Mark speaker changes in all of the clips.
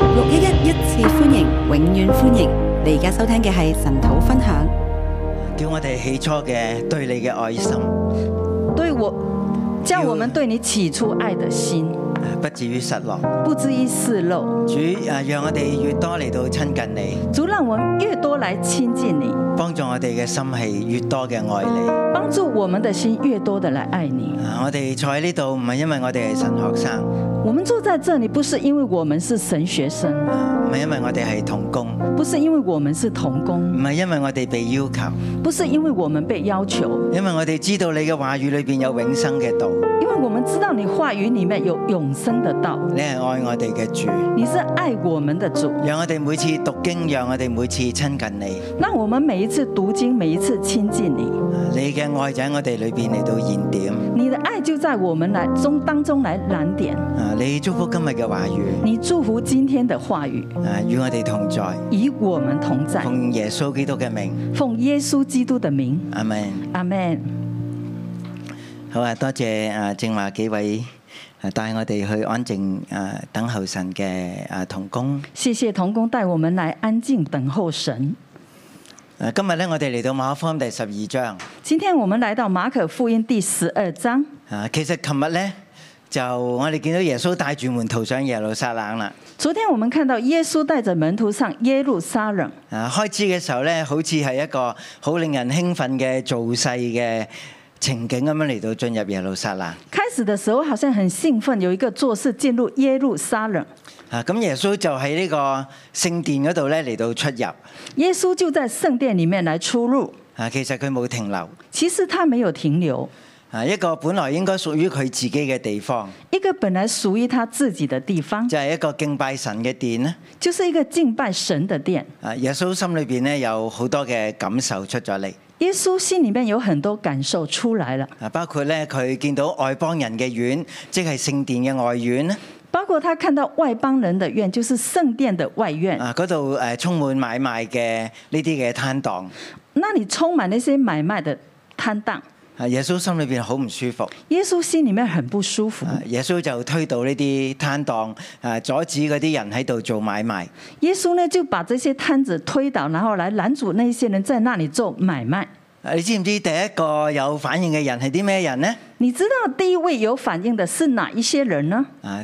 Speaker 1: 六一一一次歡迎，永遠歡迎！你而家收聽嘅係神土分享。
Speaker 2: 叫我哋起初嘅對你嘅愛心，
Speaker 3: 对我，叫我们对你起出爱的心，
Speaker 2: 不至於失落。
Speaker 3: 不至于失漏。
Speaker 2: 主啊，讓我哋越多嚟到親近你，
Speaker 3: 主让我们越多来亲近你，
Speaker 2: 幫助我哋嘅心係越多嘅愛你。
Speaker 3: 帮助我们的心越多的来爱你。
Speaker 2: 啊，我哋坐喺呢度唔係因為我哋係神學生，
Speaker 3: 我们坐在这里，不是因为我们是神学生，
Speaker 2: 啊唔係因為我哋係童工，
Speaker 3: 不是因为我们是童
Speaker 2: 唔
Speaker 3: 工，
Speaker 2: 係因為我哋被要求，
Speaker 3: 不是因为我们被要求，
Speaker 2: 因為我哋知道你嘅話語裏邊有永生嘅道，
Speaker 3: 因为我们知道你话语里面有永生的道，
Speaker 2: 你係愛我哋嘅主。
Speaker 3: 你是爱我们的主。
Speaker 2: 讓我哋每次讀經，讓我哋每次親近你，
Speaker 3: 让我们每一次读经，每一次亲近你，
Speaker 2: 啊你嘅愛就喺我哋裏邊嚟到燃點。
Speaker 3: 你的爱就在我们来中当中来燃点。
Speaker 2: 啊，你祝福今日嘅話語，
Speaker 3: 你祝福今天的话语，
Speaker 2: 啊，與我哋同在。
Speaker 3: 与我们同在。
Speaker 2: 奉耶穌基督嘅名，
Speaker 3: 奉耶稣基督的名，
Speaker 2: 阿明。
Speaker 3: 阿门。
Speaker 2: 好啊，多謝啊正話幾位啊帶我哋去安靜啊等候神嘅啊童工。
Speaker 3: 谢谢童工带我们来安静等候神。
Speaker 2: 啊，今日咧我哋嚟到馬可福音第十二章。
Speaker 3: 今天我们来到马可福音第十二章。
Speaker 2: 啊，其實琴日咧就我哋見到耶穌帶住門徒上耶路撒冷啦。
Speaker 3: 昨天我们看到耶稣带着门徒上耶路撒冷，
Speaker 2: 啊，開始嘅時候咧，好似係一個好令人興奮嘅造勢嘅情景咁樣嚟到進入耶路撒冷。
Speaker 3: 开始的时候好像很兴奋，有一个做事进入耶路撒冷。
Speaker 2: 啊，咁耶穌就喺呢個聖殿嗰度咧嚟到出入。
Speaker 3: 耶稣就在圣殿里面来出入，
Speaker 2: 啊，其實佢冇停留。
Speaker 3: 其实他没有停留。
Speaker 2: 啊，一個本來應該屬於佢自己嘅地方，
Speaker 3: 一个本来属于他自己的地方，
Speaker 2: 就係、一個敬拜神嘅殿咧。
Speaker 3: 就是一个敬拜神的殿。
Speaker 2: 啊，耶穌心裏邊咧有好多嘅感受出咗嚟。
Speaker 3: 耶稣心里面有很多感受出来了，
Speaker 2: 啊，包括咧佢見到外邦人嘅院，即係聖殿嘅外院咧。
Speaker 3: 包括他看到外邦人的院，就是圣殿的外院，
Speaker 2: 啊，嗰度誒充滿買賣嘅呢啲嘅攤檔。
Speaker 3: 那里充满那些买卖的摊档。
Speaker 2: 啊，耶穌心裏邊好唔舒服。
Speaker 3: 耶稣心里面很不舒服，
Speaker 2: 啊，耶穌就推倒呢啲攤檔，啊，阻止嗰啲人喺度做買賣。
Speaker 3: 耶稣呢就把这些摊子推倒，然后来拦阻那些人在那里做买卖。
Speaker 2: 啊，你知唔知第一個有反應嘅人係啲咩人呢？
Speaker 3: 你知道第一位有反应的是哪一些人呢？
Speaker 2: 啊，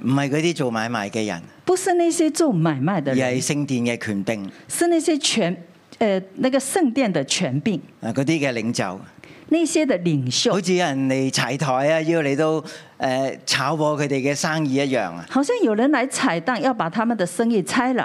Speaker 2: 唔係嗰啲做買賣嘅人。
Speaker 3: 不是那些做买卖的
Speaker 2: 而
Speaker 3: 人，
Speaker 2: 係聖殿嘅權柄
Speaker 3: 是那些权，呃，那个圣殿的权柄，
Speaker 2: 啊，嗰啲嘅領袖，
Speaker 3: 那些的领袖
Speaker 2: 好，似有人嚟踩台啊，要嚟到誒、呃炒過佢哋嘅生意一樣啊。
Speaker 3: 好像有人来踩档，要把他们的生意拆了。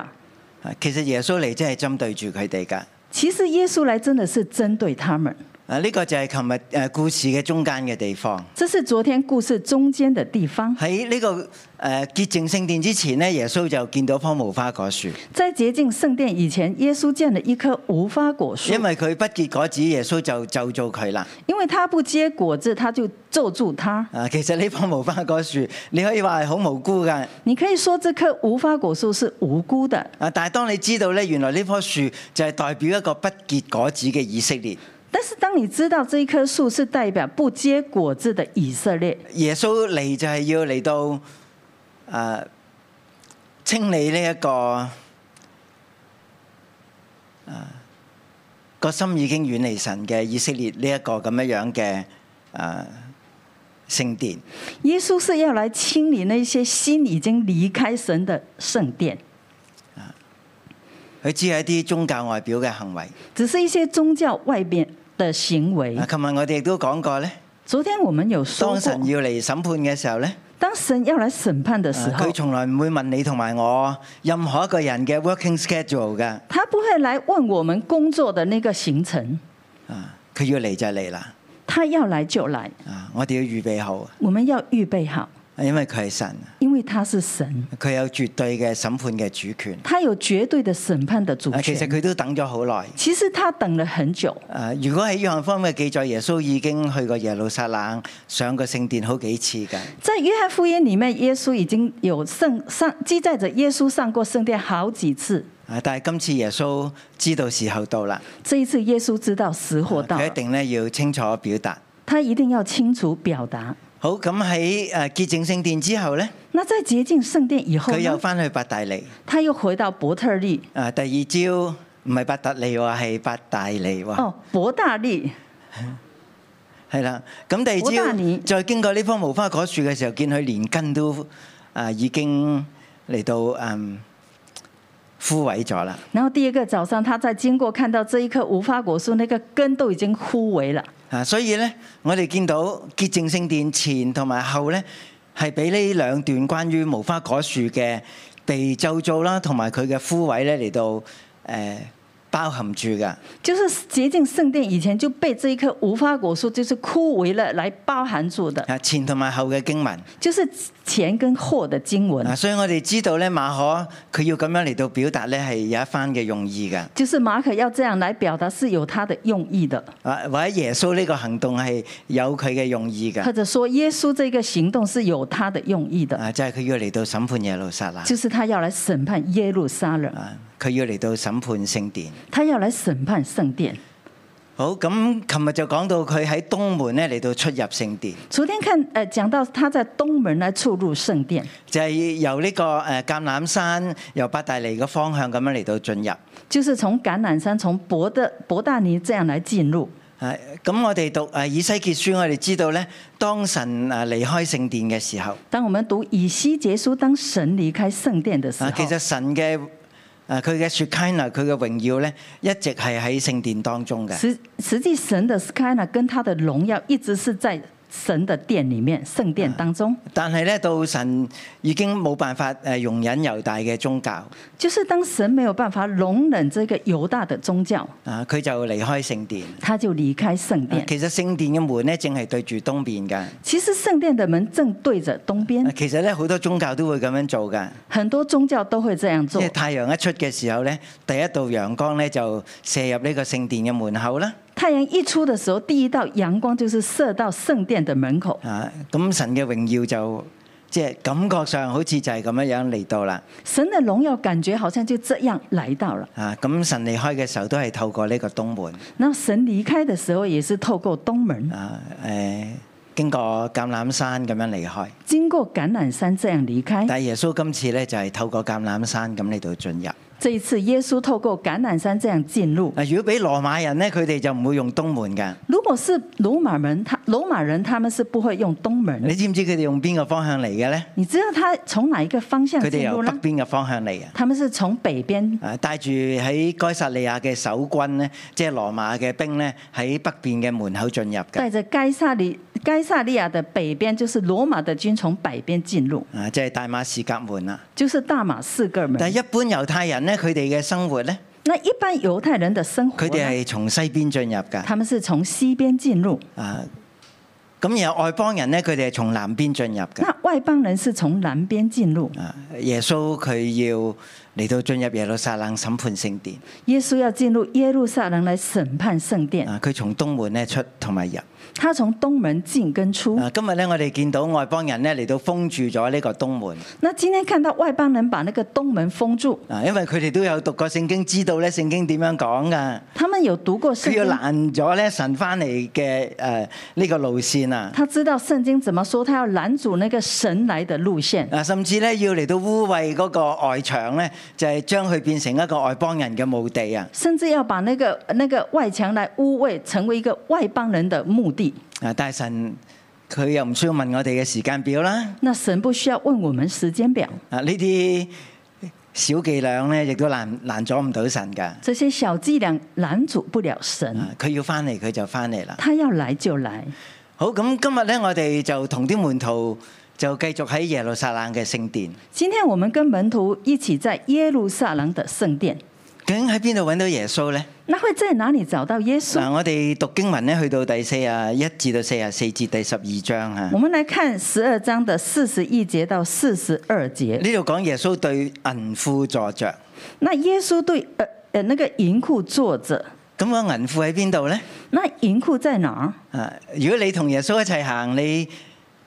Speaker 2: 啊其實耶穌嚟真係針對住佢哋㗎。
Speaker 3: 其实耶稣来真的是针对他们，
Speaker 2: 啊，呢、個就係琴日誒故事嘅中間嘅地方。
Speaker 3: 这是昨天故事中间的地方。
Speaker 2: 喺呢、個誒、呃、潔淨聖殿之前呢，耶穌就見到棵無花果樹，
Speaker 3: 在洁净圣殿以前，耶稣见了一棵无花果树
Speaker 2: 因，為佢不結果子，耶穌就就做佢啦。
Speaker 3: 因为它不结果子，他就咒住它。
Speaker 2: 啊，其實呢棵無花果樹，你可以話係好無辜㗎。
Speaker 3: 你可以说这棵无花果树是无辜的，
Speaker 2: 啊，但係當你知道呢，原來呢棵樹就係代表一個不結果子嘅以色列。
Speaker 3: 但是当你知道这一棵树是代表不结果子的以色列，
Speaker 2: 耶穌嚟就係要嚟到誒、呃清理呢、一個誒、呃個心已經遠離神嘅以色列呢一個咁樣樣嘅誒聖殿。
Speaker 3: 耶稣是要来清理那些心已经离开神的圣殿，
Speaker 2: 佢只係一啲宗教外表嘅行為。
Speaker 3: 只是一些宗教外面的行为
Speaker 2: 啊，。琴日我哋亦都講過咧，
Speaker 3: 昨天我们有
Speaker 2: 當
Speaker 3: 说过，
Speaker 2: 神要嚟審判嘅時候咧，
Speaker 3: 当神要来审判的时
Speaker 2: 啊
Speaker 3: 候
Speaker 2: 佢，從來唔會問你同埋我任何一個人嘅 working schedule 㗎。
Speaker 3: 他不会来问我们工作的那个行程，
Speaker 2: 啊，佢要嚟就嚟啦。
Speaker 3: 他要来就来，
Speaker 2: 啊，我哋要預備好，
Speaker 3: 我们要预备好，
Speaker 2: 啊因為佢係神。
Speaker 3: 因为他是神，
Speaker 2: 佢有絕對嘅審判嘅主權。
Speaker 3: 他有绝对的审判的主
Speaker 2: 啊，其實
Speaker 3: 权。
Speaker 2: 佢都等咗好耐。
Speaker 3: 其实他等了很久。
Speaker 2: 啊，如果喺約翰福音嘅記載，耶穌已經去過耶路撒冷，上過聖殿好幾次㗎。
Speaker 3: 在约翰福音里面，耶稣已经有圣上记载着耶稣上过圣殿好几次。
Speaker 2: 啊，但係今次耶穌知道時候到啦，
Speaker 3: 这一次，耶稣知道时
Speaker 2: 啊
Speaker 3: 候到
Speaker 2: 佢一
Speaker 3: 了，
Speaker 2: 定咧要清楚表達。
Speaker 3: 他一定要清楚表达。
Speaker 2: 好，咁喺呃誒潔淨聖殿之後咧，
Speaker 3: 那在洁净圣殿以后
Speaker 2: 佢又
Speaker 3: 呢，
Speaker 2: 翻去伯大利。
Speaker 3: 他又回到伯特利，
Speaker 2: 啊，第二朝唔係伯特利喎，係伯大利喎，
Speaker 3: 哦，伯大利，
Speaker 2: 係啦。咁
Speaker 3: 伯
Speaker 2: 第
Speaker 3: 大
Speaker 2: 二
Speaker 3: 利
Speaker 2: 朝再經過呢棵無花果樹嘅時候，見佢連根都啊已經嚟到嗯枯萎咗啦。
Speaker 3: 然后第一个早上，他在经过看到这一棵无花果树，那个根都已经枯萎了。
Speaker 2: 啊，所以咧，我哋見到潔淨聖殿前同埋後咧，係俾呢兩段關於無花果樹嘅被咒造啦，同埋佢嘅枯萎咧嚟到誒、呃包含住㗎。
Speaker 3: 就是洁净圣殿以前就被这一棵无花果树就是枯萎了来包含住的，
Speaker 2: 啊，前同埋後嘅經文。啊
Speaker 3: 就是前跟后的经文
Speaker 2: 啊，。所以我哋知道咧，馬可佢要咁樣嚟到表達咧，係有一番嘅用意㗎。
Speaker 3: 就是马可要这样来表达是有他的用意的，
Speaker 2: 啊，或者耶穌呢個行動係有佢嘅用意
Speaker 3: 或
Speaker 2: 㗎。
Speaker 3: 者说耶稣这个行动是有他的用意的，
Speaker 2: 啊，就係佢要嚟到審判耶路撒冷。
Speaker 3: 就是他要来审判耶路撒冷，
Speaker 2: 啊，佢要嚟到審判聖殿。
Speaker 3: 他要来审判圣殿。
Speaker 2: 好，咁琴日就講到佢喺東門咧嚟到出入聖殿，
Speaker 3: 昨天看呃讲到他在东门来出入圣殿，
Speaker 2: 就係、由呢、個誒橄欖山由伯大尼嘅方向咁樣嚟到進入。
Speaker 3: 就是从橄榄山从伯的伯大尼这样来进入。
Speaker 2: 啊，咁我哋讀誒以西結書，我哋知道咧，當神誒離開聖殿嘅時候，啊
Speaker 3: 当我们读以西结书，当神离开圣殿的时候
Speaker 2: 啊，，其實神嘅啊佢嘅雪 k i n a 佢嘅榮耀咧，一直係喺聖殿當中嘅。
Speaker 3: 实实际神的 Skyna 跟他的荣耀一直是在神的殿里面，圣殿
Speaker 2: 啊
Speaker 3: 当中。
Speaker 2: 但係咧，到神已經冇辦法誒容忍猶大嘅宗教，
Speaker 3: 就是当神没有办法容忍这个犹大的宗教，
Speaker 2: 啊，佢就離開聖殿。
Speaker 3: 他就离开圣
Speaker 2: 啊
Speaker 3: 殿。
Speaker 2: 其實聖殿嘅門咧，正係對住東邊㗎。
Speaker 3: 其实圣殿的门正对着东
Speaker 2: 啊
Speaker 3: 边，
Speaker 2: 其實咧，好多宗教都會咁樣做㗎。
Speaker 3: 很多宗教都会这样
Speaker 2: 即
Speaker 3: 做
Speaker 2: 係。太陽一出嘅時候咧，第一道陽光咧就射入呢個聖殿嘅門口啦。
Speaker 3: 太阳一出的时候，第一道阳光就是射到圣殿的门口，
Speaker 2: 啊，咁神嘅榮耀就即係感覺上好似就係咁樣樣嚟到啦。
Speaker 3: 神的荣耀感觉好像就这样来到了。
Speaker 2: 啊，咁神離開嘅時候都係透過呢個東門
Speaker 3: 然后神离开的时候，也是透过东门，
Speaker 2: 啊，誒、經過橄欖山咁樣離開。
Speaker 3: 经过橄榄山这样离开。
Speaker 2: 但係耶穌今次咧就係、透過橄欖山咁嚟到進入。
Speaker 3: 这一次，耶稣透过橄榄山这样进入。
Speaker 2: 啊，如果俾羅馬人咧，佢哋就唔會用東門㗎。
Speaker 3: 如果是罗马人，他罗马人他们是不会用东门的
Speaker 2: 你知唔知佢哋用邊個方向嚟嘅咧？
Speaker 3: 你知道他从哪一个方向
Speaker 2: 佢哋
Speaker 3: 进
Speaker 2: 由
Speaker 3: 入
Speaker 2: 北
Speaker 3: 呢？
Speaker 2: 邊嘅方向嚟嘅。
Speaker 3: 他们是从北边，
Speaker 2: 啊，帶住喺該撒利亞嘅守軍咧，即係羅馬嘅兵咧，喺北邊嘅門口進入嘅。
Speaker 3: 带着该萨里该萨利亚的北边，就是罗马的军从北边进入，
Speaker 2: 啊，即係大馬士革門啦。
Speaker 3: 就是大马士革门。
Speaker 2: 但係一般猶太人咧，佢哋嘅生活咧，
Speaker 3: 那一般犹太人的生活
Speaker 2: 佢哋
Speaker 3: 呢，
Speaker 2: 係從西邊進入㗎。
Speaker 3: 他们是從西边进入，
Speaker 2: 啊，咁然後外邦人咧，佢哋係從南邊進入㗎。
Speaker 3: 那外邦人是從南边进入。
Speaker 2: 啊，耶穌佢要嚟到進入耶路撒冷審判聖殿。
Speaker 3: 耶稣要进入耶路撒冷来审判圣殿，
Speaker 2: 啊，佢從東門咧出同埋入。
Speaker 3: 他從东门进跟出。
Speaker 2: 啊，今日咧我哋見到外邦人咧嚟到封住咗呢個東門。
Speaker 3: 那今天看到外邦人把那个东门封住，
Speaker 2: 啊，因為佢哋都有讀過聖經，知道咧聖經點樣講㗎。
Speaker 3: 他们有讀
Speaker 2: 佢
Speaker 3: 過圣
Speaker 2: 要
Speaker 3: 经，
Speaker 2: 攔咗咧神翻嚟嘅誒呢個路線啊！
Speaker 3: 他知道圣经怎么说，他要拦阻那个神来的路线，
Speaker 2: 啊，甚至咧要嚟到污衊嗰個外牆咧，就係、將佢變成一個外邦人嘅墓地啊！
Speaker 3: 甚至要把那个那个外墙来污秽，成为一个外邦人的目的。
Speaker 2: 啊，但係神佢又唔需要問我哋嘅時間表啦。
Speaker 3: 那神不需要问我们时间表，
Speaker 2: 啊，呢啲小伎倆咧，亦都攔攔阻唔到神㗎。啊
Speaker 3: 这些小伎俩拦阻不了神，
Speaker 2: 啊，佢要翻嚟佢就翻嚟啦。
Speaker 3: 他要来就来。
Speaker 2: 好，咁今日咧我哋就同啲門徒就繼續喺耶路撒冷嘅聖殿。
Speaker 3: 今天我们跟门徒一起在耶路撒冷的圣殿，
Speaker 2: 究竟喺邊度揾到耶穌呢？
Speaker 3: 那會在哪里找到耶稣？
Speaker 2: 嗱，我哋讀經文咧，去到第四啊一至到四啊四節第十二章啊嚇。
Speaker 3: 我们来看十二章的四十一节到四十二节。
Speaker 2: 呢度講耶穌對銀庫坐着，
Speaker 3: 那耶稣对呃呃那个银库坐着，
Speaker 2: 咁、個銀庫喺邊度呢？
Speaker 3: 那银库在哪儿？
Speaker 2: 啊，如果你同耶穌一齊行，你誒、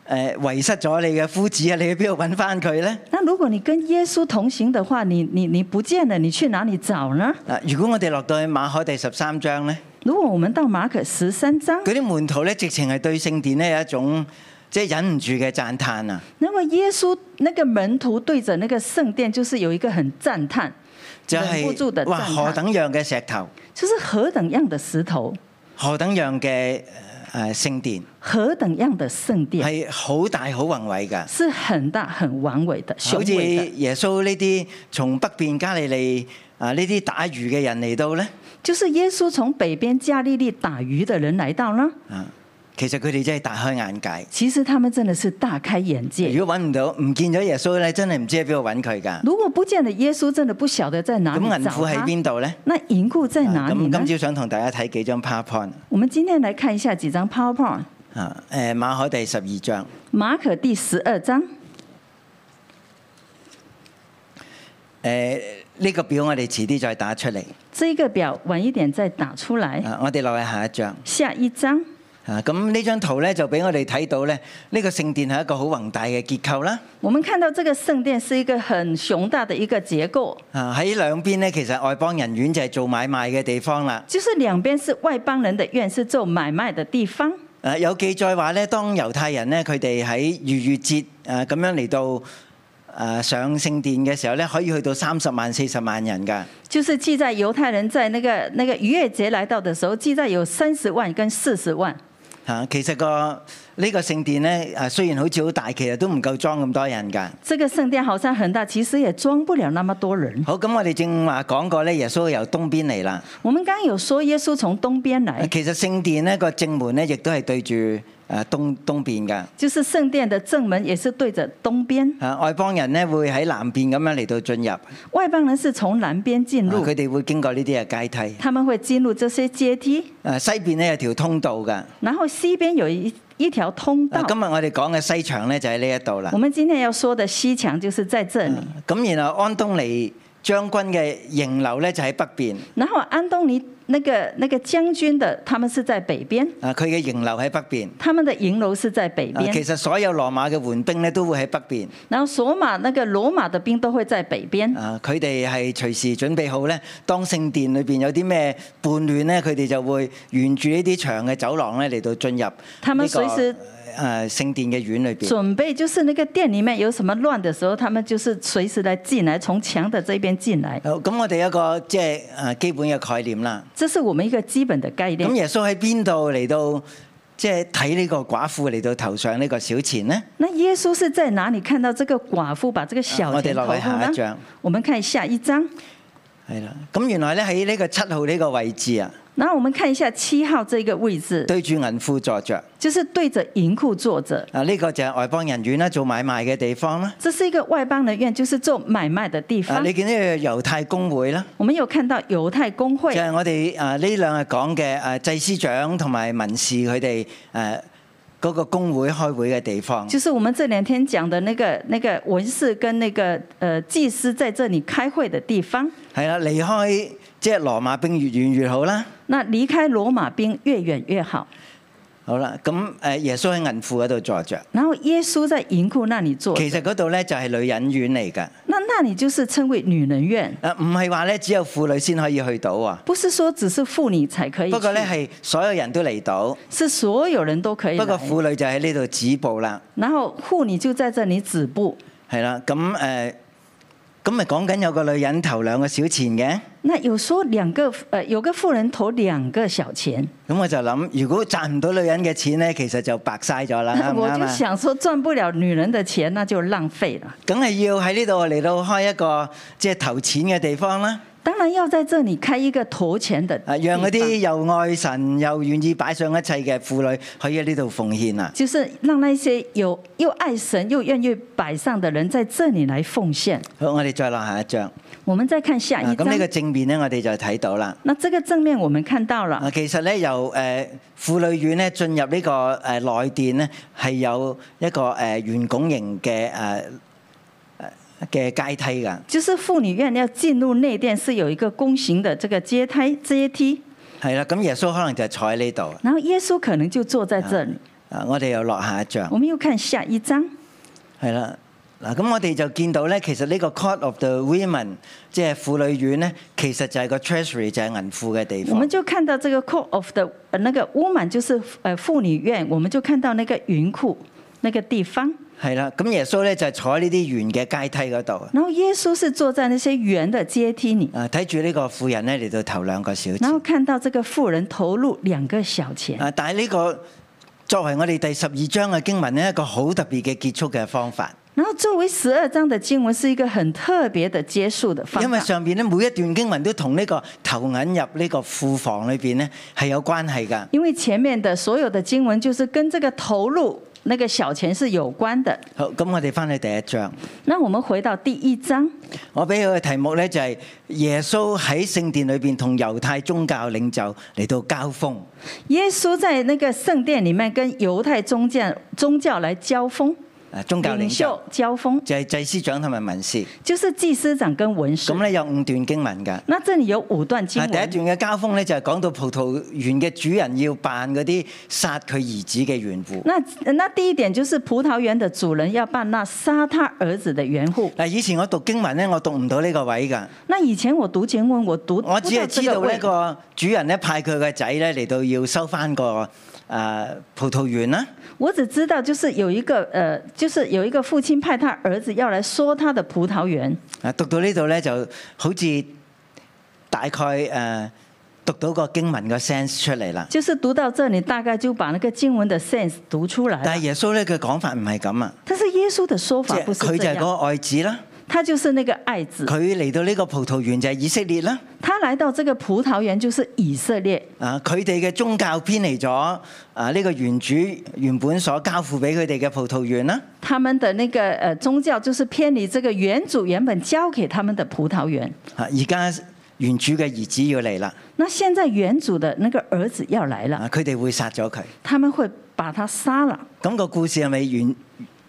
Speaker 2: 呃、遺失咗你嘅夫子啊，你去邊度揾翻佢呢？
Speaker 3: 那如果你跟耶稣同行的话，你你你不见了，你去哪里找呢？
Speaker 2: 啊，如果我哋落到去馬可第十三章呢，
Speaker 3: 如果我们到马可十三章，
Speaker 2: 嗰啲門徒咧，直情係對聖殿咧有一種即係忍唔住嘅讚歎啊！
Speaker 3: 那么耶稣那个门徒对着那个圣殿，就是有一个很赞叹，
Speaker 2: 就
Speaker 3: 忍不住的
Speaker 2: 係、
Speaker 3: 赞
Speaker 2: 哇
Speaker 3: 叹，
Speaker 2: 何等樣嘅石頭，
Speaker 3: 就是何等样的石头，
Speaker 2: 何等樣嘅誒聖殿，
Speaker 3: 何等样的圣殿，
Speaker 2: 係好大好宏偉㗎。
Speaker 3: 是很大很宏伟的、雄
Speaker 2: 好似
Speaker 3: 伟的。
Speaker 2: 耶穌呢啲從北邊加利利啊呢啲打魚嘅人嚟到呢，
Speaker 3: 就是耶稣从北边加利利打鱼的人来到呢，
Speaker 2: 啊，其實佢哋真係大開眼界。
Speaker 3: 其实他们真的是大开眼界。
Speaker 2: 如果揾唔到唔見咗耶穌咧，真係唔知喺邊度揾佢㗎。
Speaker 3: 如果不见了耶稣，真的不晓得在哪
Speaker 2: 咁
Speaker 3: 里
Speaker 2: 銀
Speaker 3: 找
Speaker 2: 庫喺
Speaker 3: 他。
Speaker 2: 邊度呢？
Speaker 3: 那银库在
Speaker 2: 啊
Speaker 3: 哪里
Speaker 2: 咁
Speaker 3: 呢
Speaker 2: 今？朝想同大家睇幾張 PowerPoint
Speaker 3: 我们今天来看一下几张 PowerPoint，
Speaker 2: 啊，誒馬可第十二章。
Speaker 3: 马可第十二章。
Speaker 2: 誒呃呢個表我哋遲啲再打出嚟。
Speaker 3: 这一个表晚一点再打出来。
Speaker 2: 啊，我哋落去下一張。
Speaker 3: 下一章，
Speaker 2: 啊，咁呢張圖咧就俾我哋睇到咧，呢個聖殿係一個好宏大嘅結構啦。
Speaker 3: 我们看到这个圣殿是一个很雄大的一个结构，
Speaker 2: 啊，喺兩邊咧，其實外邦人院就係做買賣嘅地方啦。
Speaker 3: 就是两边是外邦人的院，是做買賣的地方。
Speaker 2: 啊，有記載話咧，當猶太人咧佢哋喺逾越節啊咁樣嚟到啊上聖殿嘅時候咧，可以去到三十萬、四十萬人㗎。
Speaker 3: 就是记载犹太人在那个那个逾越节来到的时候，记载有三十万跟四十万。
Speaker 2: 啊，其實個呢個聖殿咧，啊雖然好似好大，其實都唔夠裝咁多人㗎。
Speaker 3: 这个圣殿好像很大，其实也装不了那么多人。
Speaker 2: 好，咁我哋正話講過咧，耶穌由東邊嚟啦。
Speaker 3: 我们剛刚有说耶穌從東邊來，
Speaker 2: 其實聖殿呢個正門咧，亦都係對住誒東東邊㗎。
Speaker 3: 就是聖殿的正門也是對着東邊，
Speaker 2: 啊，外邦人咧會喺南邊咁樣嚟到進入，啊
Speaker 3: 外邦人是從南邊進入
Speaker 2: 佢，哋會經過呢啲嘅階梯。
Speaker 3: 他們會進入這些階梯，
Speaker 2: 啊，西邊咧有條通道㗎。啊
Speaker 3: 然後西邊有一一条通道。
Speaker 2: 今日我哋講嘅西牆咧就喺呢一度啦
Speaker 3: 我。们今天要说的西牆就是在这里，
Speaker 2: 咁然後安東尼將軍嘅營樓咧就喺北邊。
Speaker 3: 然後安東尼那個那個將軍的，他們是在北邊，
Speaker 2: 啊，佢嘅營樓喺北邊。
Speaker 3: 他們的營樓是在北
Speaker 2: 啊其
Speaker 3: 邊，
Speaker 2: 實所有羅馬嘅援兵咧都會喺北
Speaker 3: 然後索馬那個羅馬的兵都會在北
Speaker 2: 邊。
Speaker 3: 邊，
Speaker 2: 啊，佢哋係隨時準備好咧，當聖殿裏邊有啲咩叛亂咧，佢哋就會沿住呢啲長嘅走廊咧嚟到進入呢、
Speaker 3: 他們
Speaker 2: 個
Speaker 3: 隨時
Speaker 2: 呃聖殿嘅院裏邊。
Speaker 3: 準備就是那個店裡面有什麼亂的時候，他們就是隨時來進來，從牆的這邊進來。
Speaker 2: 好咁我哋有一個即係誒基本嘅概念啦。
Speaker 3: 这是我们一個基本的概
Speaker 2: 咁
Speaker 3: 念。
Speaker 2: 耶穌喺邊度嚟到即係睇呢個寡婦嚟到頭上呢個小錢呢？
Speaker 3: 那耶穌是在哪裡看到這個寡婦把這個
Speaker 2: 啊
Speaker 3: 小
Speaker 2: 我哋
Speaker 3: 錢投
Speaker 2: 落嚟
Speaker 3: 入
Speaker 2: 下一
Speaker 3: 呢
Speaker 2: 章？
Speaker 3: 我們看下一章，
Speaker 2: 係啦，咁原來咧喺呢個七號呢個位置啊，
Speaker 3: 然後我們看一下七號這個位置，
Speaker 2: 對住銀庫坐着
Speaker 3: 就是對着銀庫坐着。
Speaker 2: 啊，呢、個就係外邦人院啦，做買賣嘅地方啦。
Speaker 3: 这是一個外邦人院，就是做買賣的地
Speaker 2: 啊，
Speaker 3: 方
Speaker 2: 你。見呢個猶太公會啦，
Speaker 3: 我們有看到猶太公
Speaker 2: 就
Speaker 3: 會，
Speaker 2: 係我哋啊呢兩日講嘅啊祭司長同埋文士佢哋誒嗰個公會開會嘅地方。
Speaker 3: 就是我們這兩天講的那個那個文士跟那個呃祭司在這裡開會的地方。
Speaker 2: 係啦，離開即係羅馬兵越遠越好啦。
Speaker 3: 那離開羅馬兵越遠越好。
Speaker 2: 好啦，咁誒耶穌喺銀庫嗰度坐着，
Speaker 3: 然後耶穌在銀庫那裡坐，
Speaker 2: 其實嗰度咧就係女人院嚟㗎。
Speaker 3: 那那裡就是稱為女人院。
Speaker 2: 誒唔係話咧只有婦女先可以去到啊，
Speaker 3: 不是說只是婦女才可以去，
Speaker 2: 不過咧係所有人都嚟到，
Speaker 3: 是所有人都可以
Speaker 2: 不過
Speaker 3: 來
Speaker 2: 婦女就喺呢度止步啦，
Speaker 3: 然後婦女就在這裡止步。
Speaker 2: 係啦，咁誒。咁咪講緊有個女人頭兩個小錢嘅，
Speaker 3: 那有說兩個呃，有個婦人投兩個小錢，
Speaker 2: 咁我就諗，如果賺唔到女人嘅錢咧，其實就白嘥 咗啦，啱唔
Speaker 3: 我
Speaker 2: 啱
Speaker 3: 就
Speaker 2: 啊？
Speaker 3: 想說賺不了女人的錢，那就浪費了。
Speaker 2: 梗係要喺呢度嚟到開一個即係投錢嘅地方啦，
Speaker 3: 當然要在這裡開一個投錢的地
Speaker 2: 啊，
Speaker 3: 方，
Speaker 2: 讓嗰啲又愛神又願意擺上一切嘅婦女可以喺呢度奉獻啊！
Speaker 3: 就是讓那些有又愛神又願意擺上的人在這裡來奉獻。
Speaker 2: 好，我哋再落下一章。
Speaker 3: 我們再看下
Speaker 2: 啊
Speaker 3: 一
Speaker 2: 咁
Speaker 3: 章，
Speaker 2: 呢個正面咧，我哋就睇到啦。
Speaker 3: 那這個正面我們看到了，
Speaker 2: 啊，其實咧由誒婦女院咧進入呢個誒內殿咧，係有一個誒圓拱形嘅誒誒嘅階梯㗎。
Speaker 3: 就是婦女院要進入內殿是有一個弓形的這個階梯階梯。
Speaker 2: 係啦，咁耶穌可能就坐喺呢度。
Speaker 3: 然後耶穌可能就坐在這裡。
Speaker 2: 啊，我哋又落下一章。
Speaker 3: 我們又看下一章，
Speaker 2: 係啦。嗱，咁我哋就見到咧，其實呢個 Court of the Women，即係婦女院咧，其實就係個 Treasury，就係銀庫嘅地
Speaker 3: 我
Speaker 2: 方
Speaker 3: 們。就看到這個 court of the 呃那個 woman 就是呃婦女院，我們就看到那個雲庫，那个地方。
Speaker 2: 係啦，咁耶穌咧就係坐喺呢啲圓嘅階梯嗰度，
Speaker 3: 然后耶稣是坐在那些圆的阶梯里，
Speaker 2: 啊睇住呢個婦人咧嚟到投兩個小
Speaker 3: 然
Speaker 2: 錢。
Speaker 3: 后看到这个妇人投入两个小钱。
Speaker 2: 啊，但係呢個作為我哋第十二章嘅經文呢，一個好特別嘅結束嘅方法，
Speaker 3: 然后作为十二章的经文是一个很特别的结束的方
Speaker 2: 因為
Speaker 3: 法，
Speaker 2: 上邊咧每一段經文都同呢個投銀入呢個庫房裏邊呢係有關係㗎。
Speaker 3: 因为前面的所有的经文就是跟这个投入那个小钱是有关的。
Speaker 2: 好，咁我哋翻去第一章，
Speaker 3: 那我们回到第一章，
Speaker 2: 我俾佢嘅題目呢就係、耶穌喺聖殿裏邊同猶太宗教領袖嚟到交鋒。
Speaker 3: 耶穌在那个圣殿里面跟猶太宗教宗教来交锋，
Speaker 2: 啊，宗教領
Speaker 3: 领
Speaker 2: 袖
Speaker 3: 袖交锋，
Speaker 2: 就係祭司長同埋文士。
Speaker 3: 就是祭司长跟文士
Speaker 2: 咁。咧有五段經文㗎。
Speaker 3: 那这里有五段经
Speaker 2: 啊！第一段
Speaker 3: 文，
Speaker 2: 嘅交鋒咧，就係講到葡萄園嘅主人要辦嗰啲殺佢兒子嘅緣故。
Speaker 3: 那那第一点就是葡萄园的主人要办那杀他儿子的缘故。
Speaker 2: 嗱，以前我讀經文咧，我讀唔到呢個位㗎，
Speaker 3: 那以前我读经文，我读
Speaker 2: 我只係
Speaker 3: 不
Speaker 2: 知
Speaker 3: 这
Speaker 2: 道
Speaker 3: 个位
Speaker 2: 呢個主人咧派佢個仔咧嚟到要收翻個誒葡萄園啦。
Speaker 3: 我只知道就是有一个呃，就是有一个父亲派他儿子要来说他的葡萄园。
Speaker 2: 啊，讀到呢度咧就好似大概誒讀到個經文個 sense 出嚟啦。
Speaker 3: 就是读到这里，大概就把那个经文的 sense 读出来
Speaker 2: 但
Speaker 3: 了。
Speaker 2: 係耶穌咧佢講法唔係咁啊，
Speaker 3: 但是耶稣的说
Speaker 2: 即
Speaker 3: 法
Speaker 2: 係
Speaker 3: 不
Speaker 2: 佢
Speaker 3: 是
Speaker 2: 就
Speaker 3: 这
Speaker 2: 係嗰
Speaker 3: 样，
Speaker 2: 個愛子啦，
Speaker 3: 他就是那个爱子，
Speaker 2: 佢嚟到呢個葡萄園就係以色列啦。
Speaker 3: 他来到这个葡萄园就是以色列，
Speaker 2: 啊！佢哋嘅宗教偏離咗啊！呢個原主原本所交付俾佢哋嘅葡萄園啦，
Speaker 3: 他们的那个呃宗教就是偏离这个原主原本交给他们的葡萄园。
Speaker 2: 啊！而家原主嘅兒子要嚟啦，
Speaker 3: 那现在原主的那个儿子要来了，
Speaker 2: 啊！佢哋會殺咗佢。
Speaker 3: 他们会把他杀了。
Speaker 2: 咁、個故事係咪完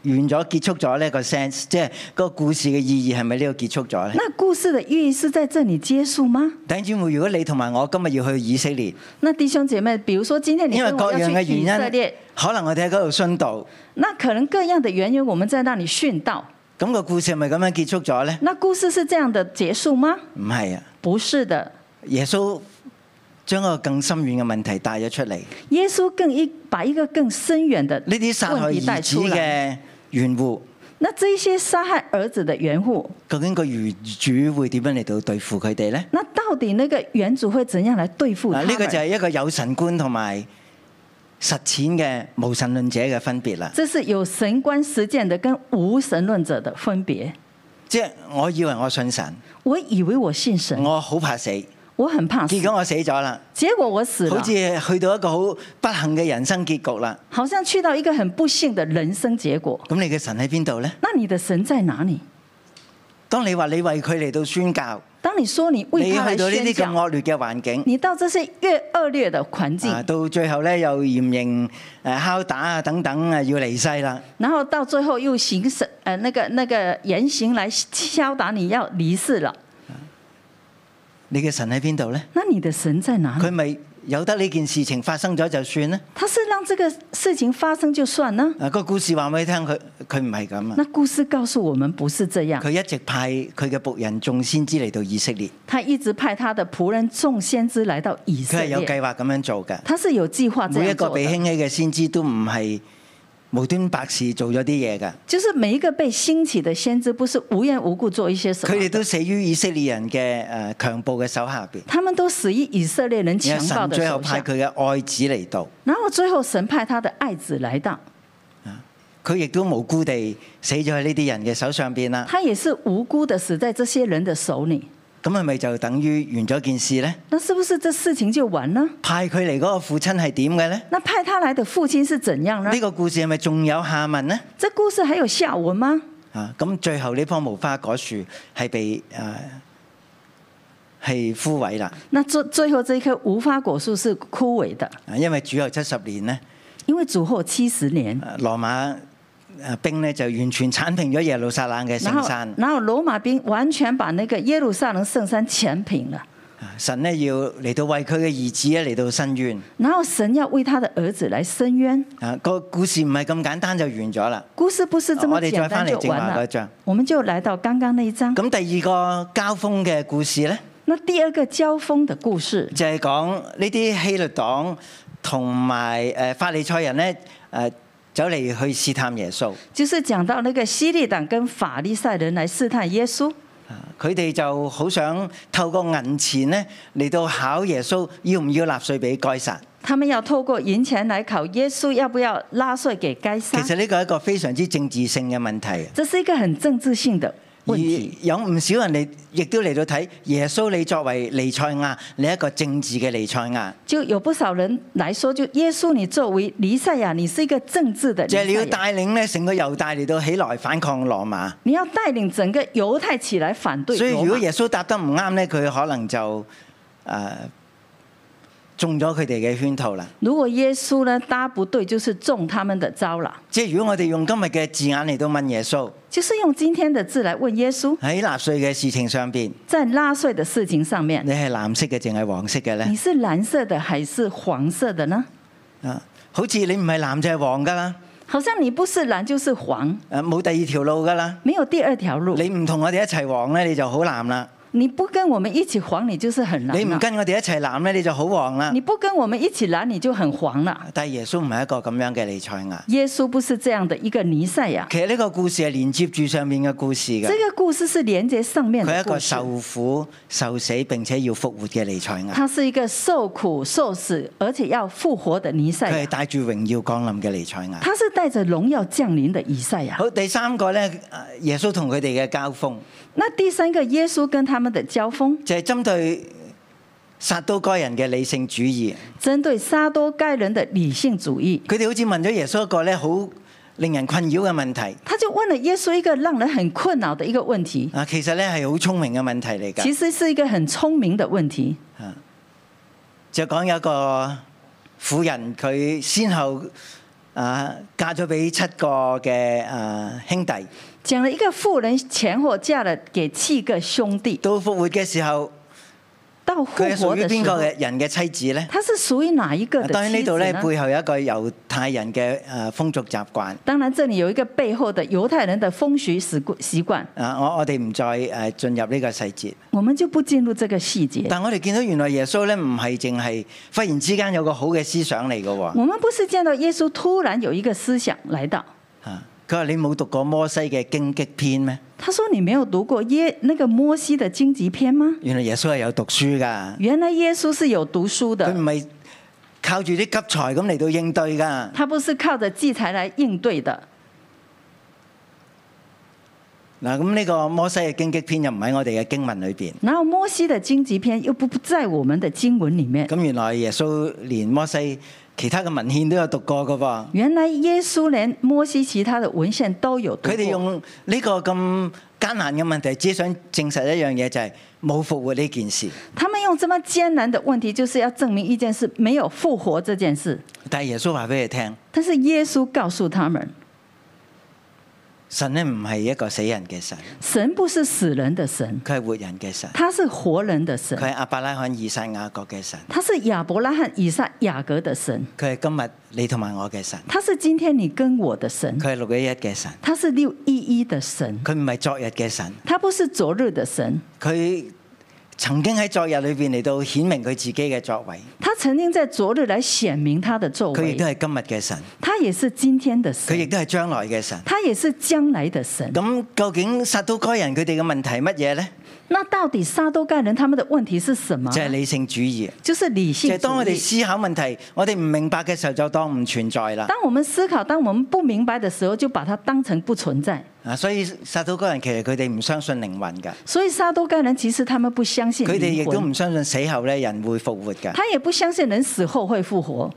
Speaker 2: 完咗結束咗呢個 sense？即係個故事嘅意義係咪呢個結束咗咧？
Speaker 3: 那故事的寓意是在这里结束吗？
Speaker 2: 弟兄姊妹，如果你同埋我今日要去以色列，
Speaker 3: 那弟兄姐妹，比如说今天你
Speaker 2: 因為
Speaker 3: 跟
Speaker 2: 各
Speaker 3: 我
Speaker 2: 樣
Speaker 3: 要
Speaker 2: 嘅
Speaker 3: 去以色
Speaker 2: 原因啊
Speaker 3: 列，，
Speaker 2: 可能我哋喺嗰度殉道，
Speaker 3: 那可能各样的原因，我们在那里殉道。
Speaker 2: 咁、個故事係咪咁樣結束咗咧？
Speaker 3: 那故事是这样的结束吗？
Speaker 2: 唔係啊！
Speaker 3: 不是的，
Speaker 2: 耶穌將一個更深遠嘅問題帶咗出嚟。
Speaker 3: 耶稣更一把一个更深远的
Speaker 2: 呢啲殺害
Speaker 3: 问题
Speaker 2: 兒
Speaker 3: 带
Speaker 2: 子
Speaker 3: 出来。
Speaker 2: 嘅緣故，
Speaker 3: 那这些杀害儿子的缘故，
Speaker 2: 究竟個原主會點樣嚟到對付佢哋呢？
Speaker 3: 那到底那个原主会怎样来对付他
Speaker 2: 嗱，
Speaker 3: 们？
Speaker 2: 呢個就係一個有神觀同埋實踐嘅無神論者嘅分別啦。
Speaker 3: 这是有神观实践的跟无神论者的分别。
Speaker 2: 即係我以為我信神，
Speaker 3: 我以为我信神，
Speaker 2: 我好怕死，
Speaker 3: 我很怕死
Speaker 2: 嗯結，果我死咗啦，
Speaker 3: 结果我死
Speaker 2: 好
Speaker 3: 了
Speaker 2: 似，去到一個好不幸嘅人生結局啦。
Speaker 3: 好像去到一个很不幸的人生结果。
Speaker 2: 咁你嘅神喺邊度呢？
Speaker 3: 那你的神在哪里？
Speaker 2: 當你話你為佢嚟到宣教，
Speaker 3: 当你说你
Speaker 2: 你
Speaker 3: 为
Speaker 2: 去
Speaker 3: 他
Speaker 2: 到呢
Speaker 3: 来宣
Speaker 2: 啲咁
Speaker 3: 教，
Speaker 2: 惡劣嘅環境。
Speaker 3: 你到这些越恶劣的环境，
Speaker 2: 啊，到最後咧又嚴刑誒敲打啊等等啊，要離世啦。
Speaker 3: 然后到最后又行审呃那个那个严刑来敲打你要离世了，
Speaker 2: 你嘅神喺邊度呢？
Speaker 3: 那你的神在哪里
Speaker 2: 佢？咪由得呢件事情發生咗就算咧？
Speaker 3: 他是让这个事情发生就算呢？
Speaker 2: 啊，個故事話俾你聽，佢佢唔係咁啊！
Speaker 3: 那故事告诉我们不是这样，
Speaker 2: 佢一直派佢嘅仆人眾先知嚟到以色列，
Speaker 3: 他一直派他的仆人众先知来到以
Speaker 2: 佢
Speaker 3: 色
Speaker 2: 係有
Speaker 3: 列，啊
Speaker 2: 計劃咁樣做嘅。
Speaker 3: 他是有计划这
Speaker 2: 每一
Speaker 3: 样
Speaker 2: 個
Speaker 3: 做
Speaker 2: 被
Speaker 3: 的。
Speaker 2: 興起嘅先知都唔係無端白事做咗啲嘢㗎，
Speaker 3: 就是每一个被兴起的先知，不是无缘无故做一些什
Speaker 2: 佢哋
Speaker 3: 么，
Speaker 2: 都死於以色列人嘅誒強暴嘅手下邊。
Speaker 3: 他们都死于以色列人
Speaker 2: 然
Speaker 3: 强
Speaker 2: 後
Speaker 3: 暴
Speaker 2: 神
Speaker 3: 的
Speaker 2: 最後
Speaker 3: 手
Speaker 2: 派
Speaker 3: 下。
Speaker 2: 佢嘅愛子嚟到，
Speaker 3: 然后最后神派他的爱子来到，
Speaker 2: 佢亦都無辜地死咗喺呢啲人嘅手上邊啦。
Speaker 3: 他也是无辜的死在这些人的手里。
Speaker 2: 咁係咪就等於完咗件事呢？
Speaker 3: 那是不是这事情就完了？
Speaker 2: 派佢嚟嗰個父親係點嘅呢？
Speaker 3: 那派他来的父亲是怎样呢
Speaker 2: 呢？個故事係咪仲有下文呢？
Speaker 3: 这故事还有下文吗？
Speaker 2: 啊，咁最後呢棵無花果樹係被誒係、枯萎啦，
Speaker 3: 那最最后这一棵无花果树是枯萎的，
Speaker 2: 啊因為主後七十年呢，
Speaker 3: 因为主后七十年，
Speaker 2: 啊羅馬誒呃兵呢就完全剷平咗耶路撒冷嘅
Speaker 3: 然
Speaker 2: 聖
Speaker 3: 后
Speaker 2: 山，
Speaker 3: 然后罗马兵完全把那个耶路撒冷圣山全平了，
Speaker 2: 啊神呢要嚟到為佢嘅兒子啊咧嚟到伸冤。
Speaker 3: 然后神要为他的儿子来伸冤。
Speaker 2: 啊，個故事唔係咁簡單就完咗啦。
Speaker 3: 故事不是这
Speaker 2: 哦我
Speaker 3: 么
Speaker 2: 哋再
Speaker 3: 简
Speaker 2: 翻
Speaker 3: 单
Speaker 2: 嚟
Speaker 3: 就
Speaker 2: 正
Speaker 3: 完
Speaker 2: 話嗰
Speaker 3: 了
Speaker 2: 一章。
Speaker 3: 我们就来到刚刚那一章，
Speaker 2: 咁第二個交鋒嘅故事呢？
Speaker 3: 那第二个交锋的故事，
Speaker 2: 就呃係講呢啲希律黨同埋誒法利賽人咧誒呃走嚟去試探耶穌。
Speaker 3: 就是讲到那个西利党跟法利赛人来试探耶稣，
Speaker 2: 啊佢哋就好想透過銀錢咧嚟到考耶穌要唔要納税俾該撒。
Speaker 3: 他们要透过银钱来考耶稣要不要拉税给该
Speaker 2: 其
Speaker 3: 杀。
Speaker 2: 實呢個係一個非常之政治性嘅問題。
Speaker 3: 这是一个很政治性的
Speaker 2: 而
Speaker 3: 问题。
Speaker 2: 有唔少人嚟，亦都嚟到睇耶穌，你作為尼賽亞，你係一個政治嘅尼賽亞，
Speaker 3: 就有不少人来说，就耶稣，你作为弥赛亚，你是一个政治的弥
Speaker 2: 就係
Speaker 3: 赛
Speaker 2: 你要
Speaker 3: 亚，
Speaker 2: 帶領咧成個猶大嚟到起來反抗羅馬。
Speaker 3: 你要带领整个犹太起来反对
Speaker 2: 所以
Speaker 3: 罗
Speaker 2: 如
Speaker 3: 马
Speaker 2: 果耶穌答得唔啱咧，佢可能就诶、呃中咗佢哋嘅圈套啦。
Speaker 3: 如果耶稣呢搭不对，就是中他们的招了。
Speaker 2: 即係如果我哋用今日嘅字眼嚟到問耶穌
Speaker 3: 就是用今天的字来问耶稣，
Speaker 2: 喺納税嘅事情上邊，
Speaker 3: 在纳税的事情上面
Speaker 2: 你，係藍色嘅定係黃色嘅
Speaker 3: 你
Speaker 2: 咧？
Speaker 3: 是蓝色的还是黄色的呢？
Speaker 2: 啊，好似你唔係藍就係黃噶啦，
Speaker 3: 好像你不是蓝就是黄，
Speaker 2: 誒冇第二條路噶啦。
Speaker 3: 没有第二条路。
Speaker 2: 你唔同我哋一齊黃咧，你就好藍啦。
Speaker 3: 你不跟我们一起黄，你就是很蓝
Speaker 2: 你唔
Speaker 3: 了。
Speaker 2: 跟我哋一齊攬咧，你就好旺啦
Speaker 3: 啊你。不跟我们一起蓝，你就很黄了。
Speaker 2: 但係耶穌唔係一個咁樣嘅尼賽亞。
Speaker 3: 耶稣不是这样的一个尼赛亚，
Speaker 2: 其實呢個故事係連接住上面嘅故事
Speaker 3: 这
Speaker 2: 嘅。
Speaker 3: 个故事是连接上面
Speaker 2: 哎佢係
Speaker 3: 的
Speaker 2: 一
Speaker 3: 故
Speaker 2: 個
Speaker 3: 事。
Speaker 2: 受苦、受死並且要復活嘅尼賽亞。
Speaker 3: 他是一个受苦受死，而且要复活的尼赛
Speaker 2: 佢係
Speaker 3: 亚，
Speaker 2: 帶住榮耀降臨嘅尼賽亞。
Speaker 3: 他是带着荣耀降临的以赛亚。
Speaker 2: 好，第三個呢，耶穌同佢哋嘅交鋒
Speaker 3: 那第三个，耶稣跟他们的交锋，
Speaker 2: 就係、針對撒都該人嘅理性主義。
Speaker 3: 针对撒多该人的理性主义，
Speaker 2: 佢哋好似問咗耶穌一個呢好令人困擾嘅問題。
Speaker 3: 他就问了耶稣一个让人很困扰的一个问题，
Speaker 2: 啊，其實呢係好聰明嘅問題嚟
Speaker 3: 其
Speaker 2: 㗎。
Speaker 3: 实是一个很聪明的问题。
Speaker 2: 就講有一個婦人，佢先後啊嫁咗俾七個嘅啊兄弟，
Speaker 3: 讲了一个富人前后嫁了给七个兄弟，
Speaker 2: 到復活嘅時候，
Speaker 3: 到复
Speaker 2: 佢係屬
Speaker 3: 活
Speaker 2: 於
Speaker 3: 的
Speaker 2: 邊
Speaker 3: 时候
Speaker 2: 個，嘅人嘅妻子呢？啊
Speaker 3: 他是属于哪一个的
Speaker 2: 當然呢
Speaker 3: 妻子
Speaker 2: 度呢，
Speaker 3: 呢？
Speaker 2: 背後有一個猶太人嘅誒風俗習慣。
Speaker 3: 当然，这里有一个背后的犹太人的风俗习惯习惯，
Speaker 2: 啊！我我哋唔再誒進入呢個細節，
Speaker 3: 我们就不进入这个细节。
Speaker 2: 但我哋見到原來耶穌咧唔係淨係忽然之間有個好嘅思想嚟嘅喎
Speaker 3: 我们不是见到耶稣突然有一个思想来到，
Speaker 2: 啊佢話你冇讀過摩西嘅荊棘篇咩？
Speaker 3: 他说：“你没有读过耶那个摩西的荆棘篇吗
Speaker 2: 原來耶穌係有讀書㗎？”，
Speaker 3: 原来耶稣是有读书
Speaker 2: 佢唔
Speaker 3: 的，
Speaker 2: 係靠住啲急才咁嚟到應對㗎。
Speaker 3: 他不是靠着祭才来应对的。
Speaker 2: 嗱，咁呢個摩西嘅荊棘篇又唔喺我哋嘅經文裏邊。
Speaker 3: 然后摩西的荆棘篇又不不在我们的经文里面。
Speaker 2: 咁原來耶穌連摩西其他嘅文獻都有讀過㗎噃。
Speaker 3: 原来耶稣连摩西其他的文献都有读
Speaker 2: 佢哋
Speaker 3: 过。
Speaker 2: 用呢個咁艱難嘅問題，只想證實一樣嘢，就係冇復活呢件事。
Speaker 3: 他们用这么艰难的问题，就是要证明一件事：没有复活这件事。
Speaker 2: 但係耶穌話俾你聽，
Speaker 3: 但是耶稣告诉他们，
Speaker 2: 神咧唔係一個死人嘅神，
Speaker 3: 神不是死人的神，
Speaker 2: 佢係活人嘅神，
Speaker 3: 他是活人的神
Speaker 2: 佢，係亞伯拉罕、以撒、雅各嘅神，
Speaker 3: 他是亚伯拉罕、以撒、雅各的神，
Speaker 2: 佢係今日你同埋我嘅神，
Speaker 3: 他是今天你跟我的神，
Speaker 2: 佢係六一一嘅神，
Speaker 3: 他是六一一的神，
Speaker 2: 佢唔係昨日嘅神，
Speaker 3: 他不是昨日的神，
Speaker 2: 佢曾經喺昨日裏邊嚟到顯明佢自己嘅作為，
Speaker 3: 他曾经在昨日来显明他的作
Speaker 2: 佢亦
Speaker 3: 为
Speaker 2: 都，係今日嘅神，
Speaker 3: 他也是今天的
Speaker 2: 佢亦
Speaker 3: 神，
Speaker 2: 都係將來嘅神。
Speaker 3: 他也是将来的神。
Speaker 2: 咁究竟撒都該人佢哋嘅問題係乜嘢呢？
Speaker 3: 那到底撒都盖人他们的问题是什么
Speaker 2: 就？係理性主義。
Speaker 3: 就是理
Speaker 2: 就
Speaker 3: 性
Speaker 2: 係當我
Speaker 3: 啊主
Speaker 2: 哋
Speaker 3: 义。
Speaker 2: 思考問題，我哋唔明白嘅時候就當唔存在啦。
Speaker 3: 当我们思考，当我们不明白的时候，就把它当成不存在。
Speaker 2: 啊，所以撒都該人其實佢哋唔相信靈魂㗎，
Speaker 3: 所以撒都该人其实他们不相信
Speaker 2: 佢哋亦
Speaker 3: 灵
Speaker 2: 都
Speaker 3: 魂，
Speaker 2: 唔相信死後咧人會復活㗎。
Speaker 3: 他也不相信人死后会复活。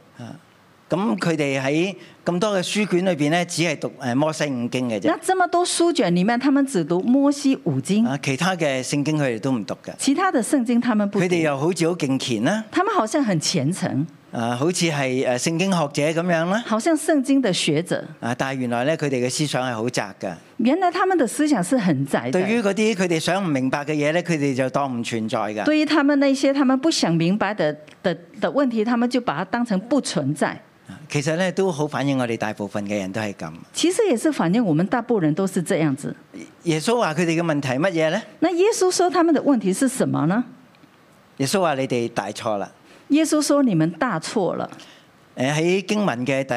Speaker 2: 咁佢哋喺咁多嘅書卷裏邊咧，只係讀誒摩西五經嘅啫
Speaker 3: 那。这么多书卷里面，他们只读摩西五经，
Speaker 2: 啊，其他嘅聖經佢哋都唔讀嘅。
Speaker 3: 其他的圣经他们不
Speaker 2: 佢哋
Speaker 3: 读。
Speaker 2: 又好似好敬虔啦，
Speaker 3: 他们好像很虔诚，
Speaker 2: 啊，好似係誒聖經學者咁樣啦。
Speaker 3: 好像圣经的学者。
Speaker 2: 啊，但係原來咧佢哋嘅思想係好窄㗎。
Speaker 3: 原来他们的思想是很窄的
Speaker 2: 對。於嗰啲佢哋想唔明白嘅嘢咧，佢哋就當唔存在㗎。
Speaker 3: 对于他们那些他们不想明白的的的问题，他们就把它当成不存在。
Speaker 2: 啊其實咧都好反映我哋大部分嘅人都係咁。
Speaker 3: 其实也是反映我们大部分人都是这样子。
Speaker 2: 耶穌話佢哋嘅問題係乜嘢呢？
Speaker 3: 那耶稣说他们的问题是什么呢？
Speaker 2: 耶穌話你哋大錯啦。
Speaker 3: 耶稣说你们大错了。
Speaker 2: 誒喺經文嘅第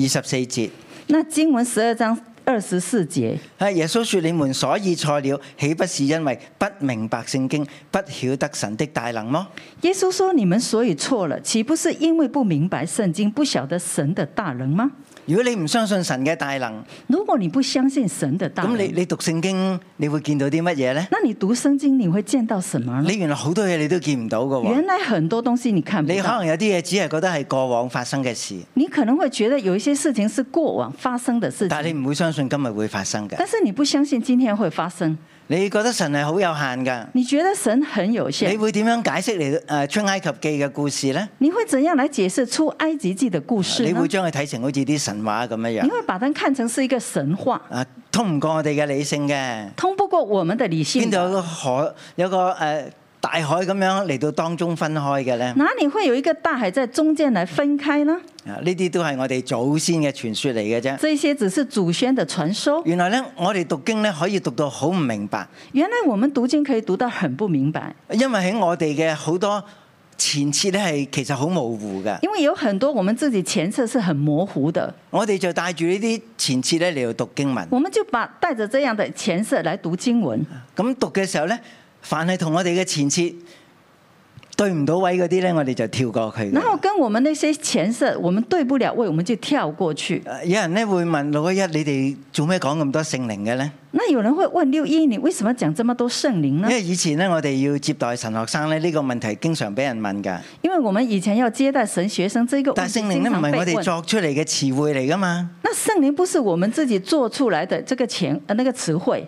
Speaker 2: 二十四節。
Speaker 3: 那经文十二章二十四节，
Speaker 2: 啊！耶穌說：你們所以錯了，豈不是因為不明白聖經，不曉得神的大能麼？
Speaker 3: 耶稣说：“你们所以错了，岂不是因为不明白圣经，不晓得神的大能吗？
Speaker 2: 如果你唔相信神嘅大能，
Speaker 3: 如果你不相信神的大
Speaker 2: 咁
Speaker 3: 能，
Speaker 2: 你你讀聖經，你會見到啲乜嘢呢？
Speaker 3: 那你讀聖經你會見到什麼呢？
Speaker 2: 你原來好多嘢你都見唔到嘅喎。
Speaker 3: 嗯原來很多東西你看不
Speaker 2: 你可
Speaker 3: 到，
Speaker 2: 能有啲嘢只係覺得係過往發生嘅事，
Speaker 3: 你可能會覺得有一些事情是過往發生的事
Speaker 2: 但係
Speaker 3: 情，
Speaker 2: 你唔會相信今日會發生嘅。
Speaker 3: 但是你不相信今天會發生，
Speaker 2: 你覺得神係好有限㗎，
Speaker 3: 你覺得神很有
Speaker 2: 你
Speaker 3: 限，
Speaker 2: 會點樣解釋嚟誒出埃及記嘅故事呢？
Speaker 3: 你會怎樣來解釋出埃及記的故事
Speaker 2: 你
Speaker 3: 呢嗯
Speaker 2: 會？將佢睇成好似啲神話咁樣
Speaker 3: 你
Speaker 2: 樣，
Speaker 3: 會把它看成是一個神話，
Speaker 2: 啊，通唔過我哋嘅理性嘅。
Speaker 3: 通不過我們的理
Speaker 2: 邊
Speaker 3: 性
Speaker 2: 度
Speaker 3: 的。
Speaker 2: 有個海，有個誒、呃大海咁樣嚟到當中分開嘅咧？
Speaker 3: 哪裡會有一個大海在中間來分開呢？
Speaker 2: 啊，呢啲都係我哋祖先嘅傳說嚟嘅啫。
Speaker 3: 這些只是祖先的傳說。
Speaker 2: 原來咧，我哋讀經咧可以讀到好唔明白，
Speaker 3: 原來我們讀經可以讀到很不明白，
Speaker 2: 因為喺我哋嘅好多前設咧係其實好模糊嘅。
Speaker 3: 因為有很多我們自己前設是很模糊的。
Speaker 2: 我哋就帶住呢啲前設咧嚟到讀經文。
Speaker 3: 我们就把带着这样的前设来讀經文。
Speaker 2: 咁讀嘅時候咧，凡係同我哋嘅前設對唔到位嗰啲咧，我哋就跳過佢嘅。
Speaker 3: 然後跟我們那些前设，我們對不了位，我們就跳過去。
Speaker 2: 誒有人咧會問六一一，你哋做咩講咁多聖靈嘅咧？
Speaker 3: 那有人會問六一，你為什麼講這麼多聖靈
Speaker 2: 因
Speaker 3: 呢？
Speaker 2: 為以前咧，我哋要接待神學生咧，呢、個問題經常俾人問㗎。
Speaker 3: 因為我們以前要接待神學生，這個
Speaker 2: 但
Speaker 3: 問
Speaker 2: 係聖
Speaker 3: 題
Speaker 2: 靈
Speaker 3: 經
Speaker 2: 咧唔
Speaker 3: 常被
Speaker 2: 係我哋
Speaker 3: 問。
Speaker 2: 作出嚟嘅詞彙嚟㗎嘛，
Speaker 3: 那聖靈不是我們自己做出來的這個前呃那個詞彙，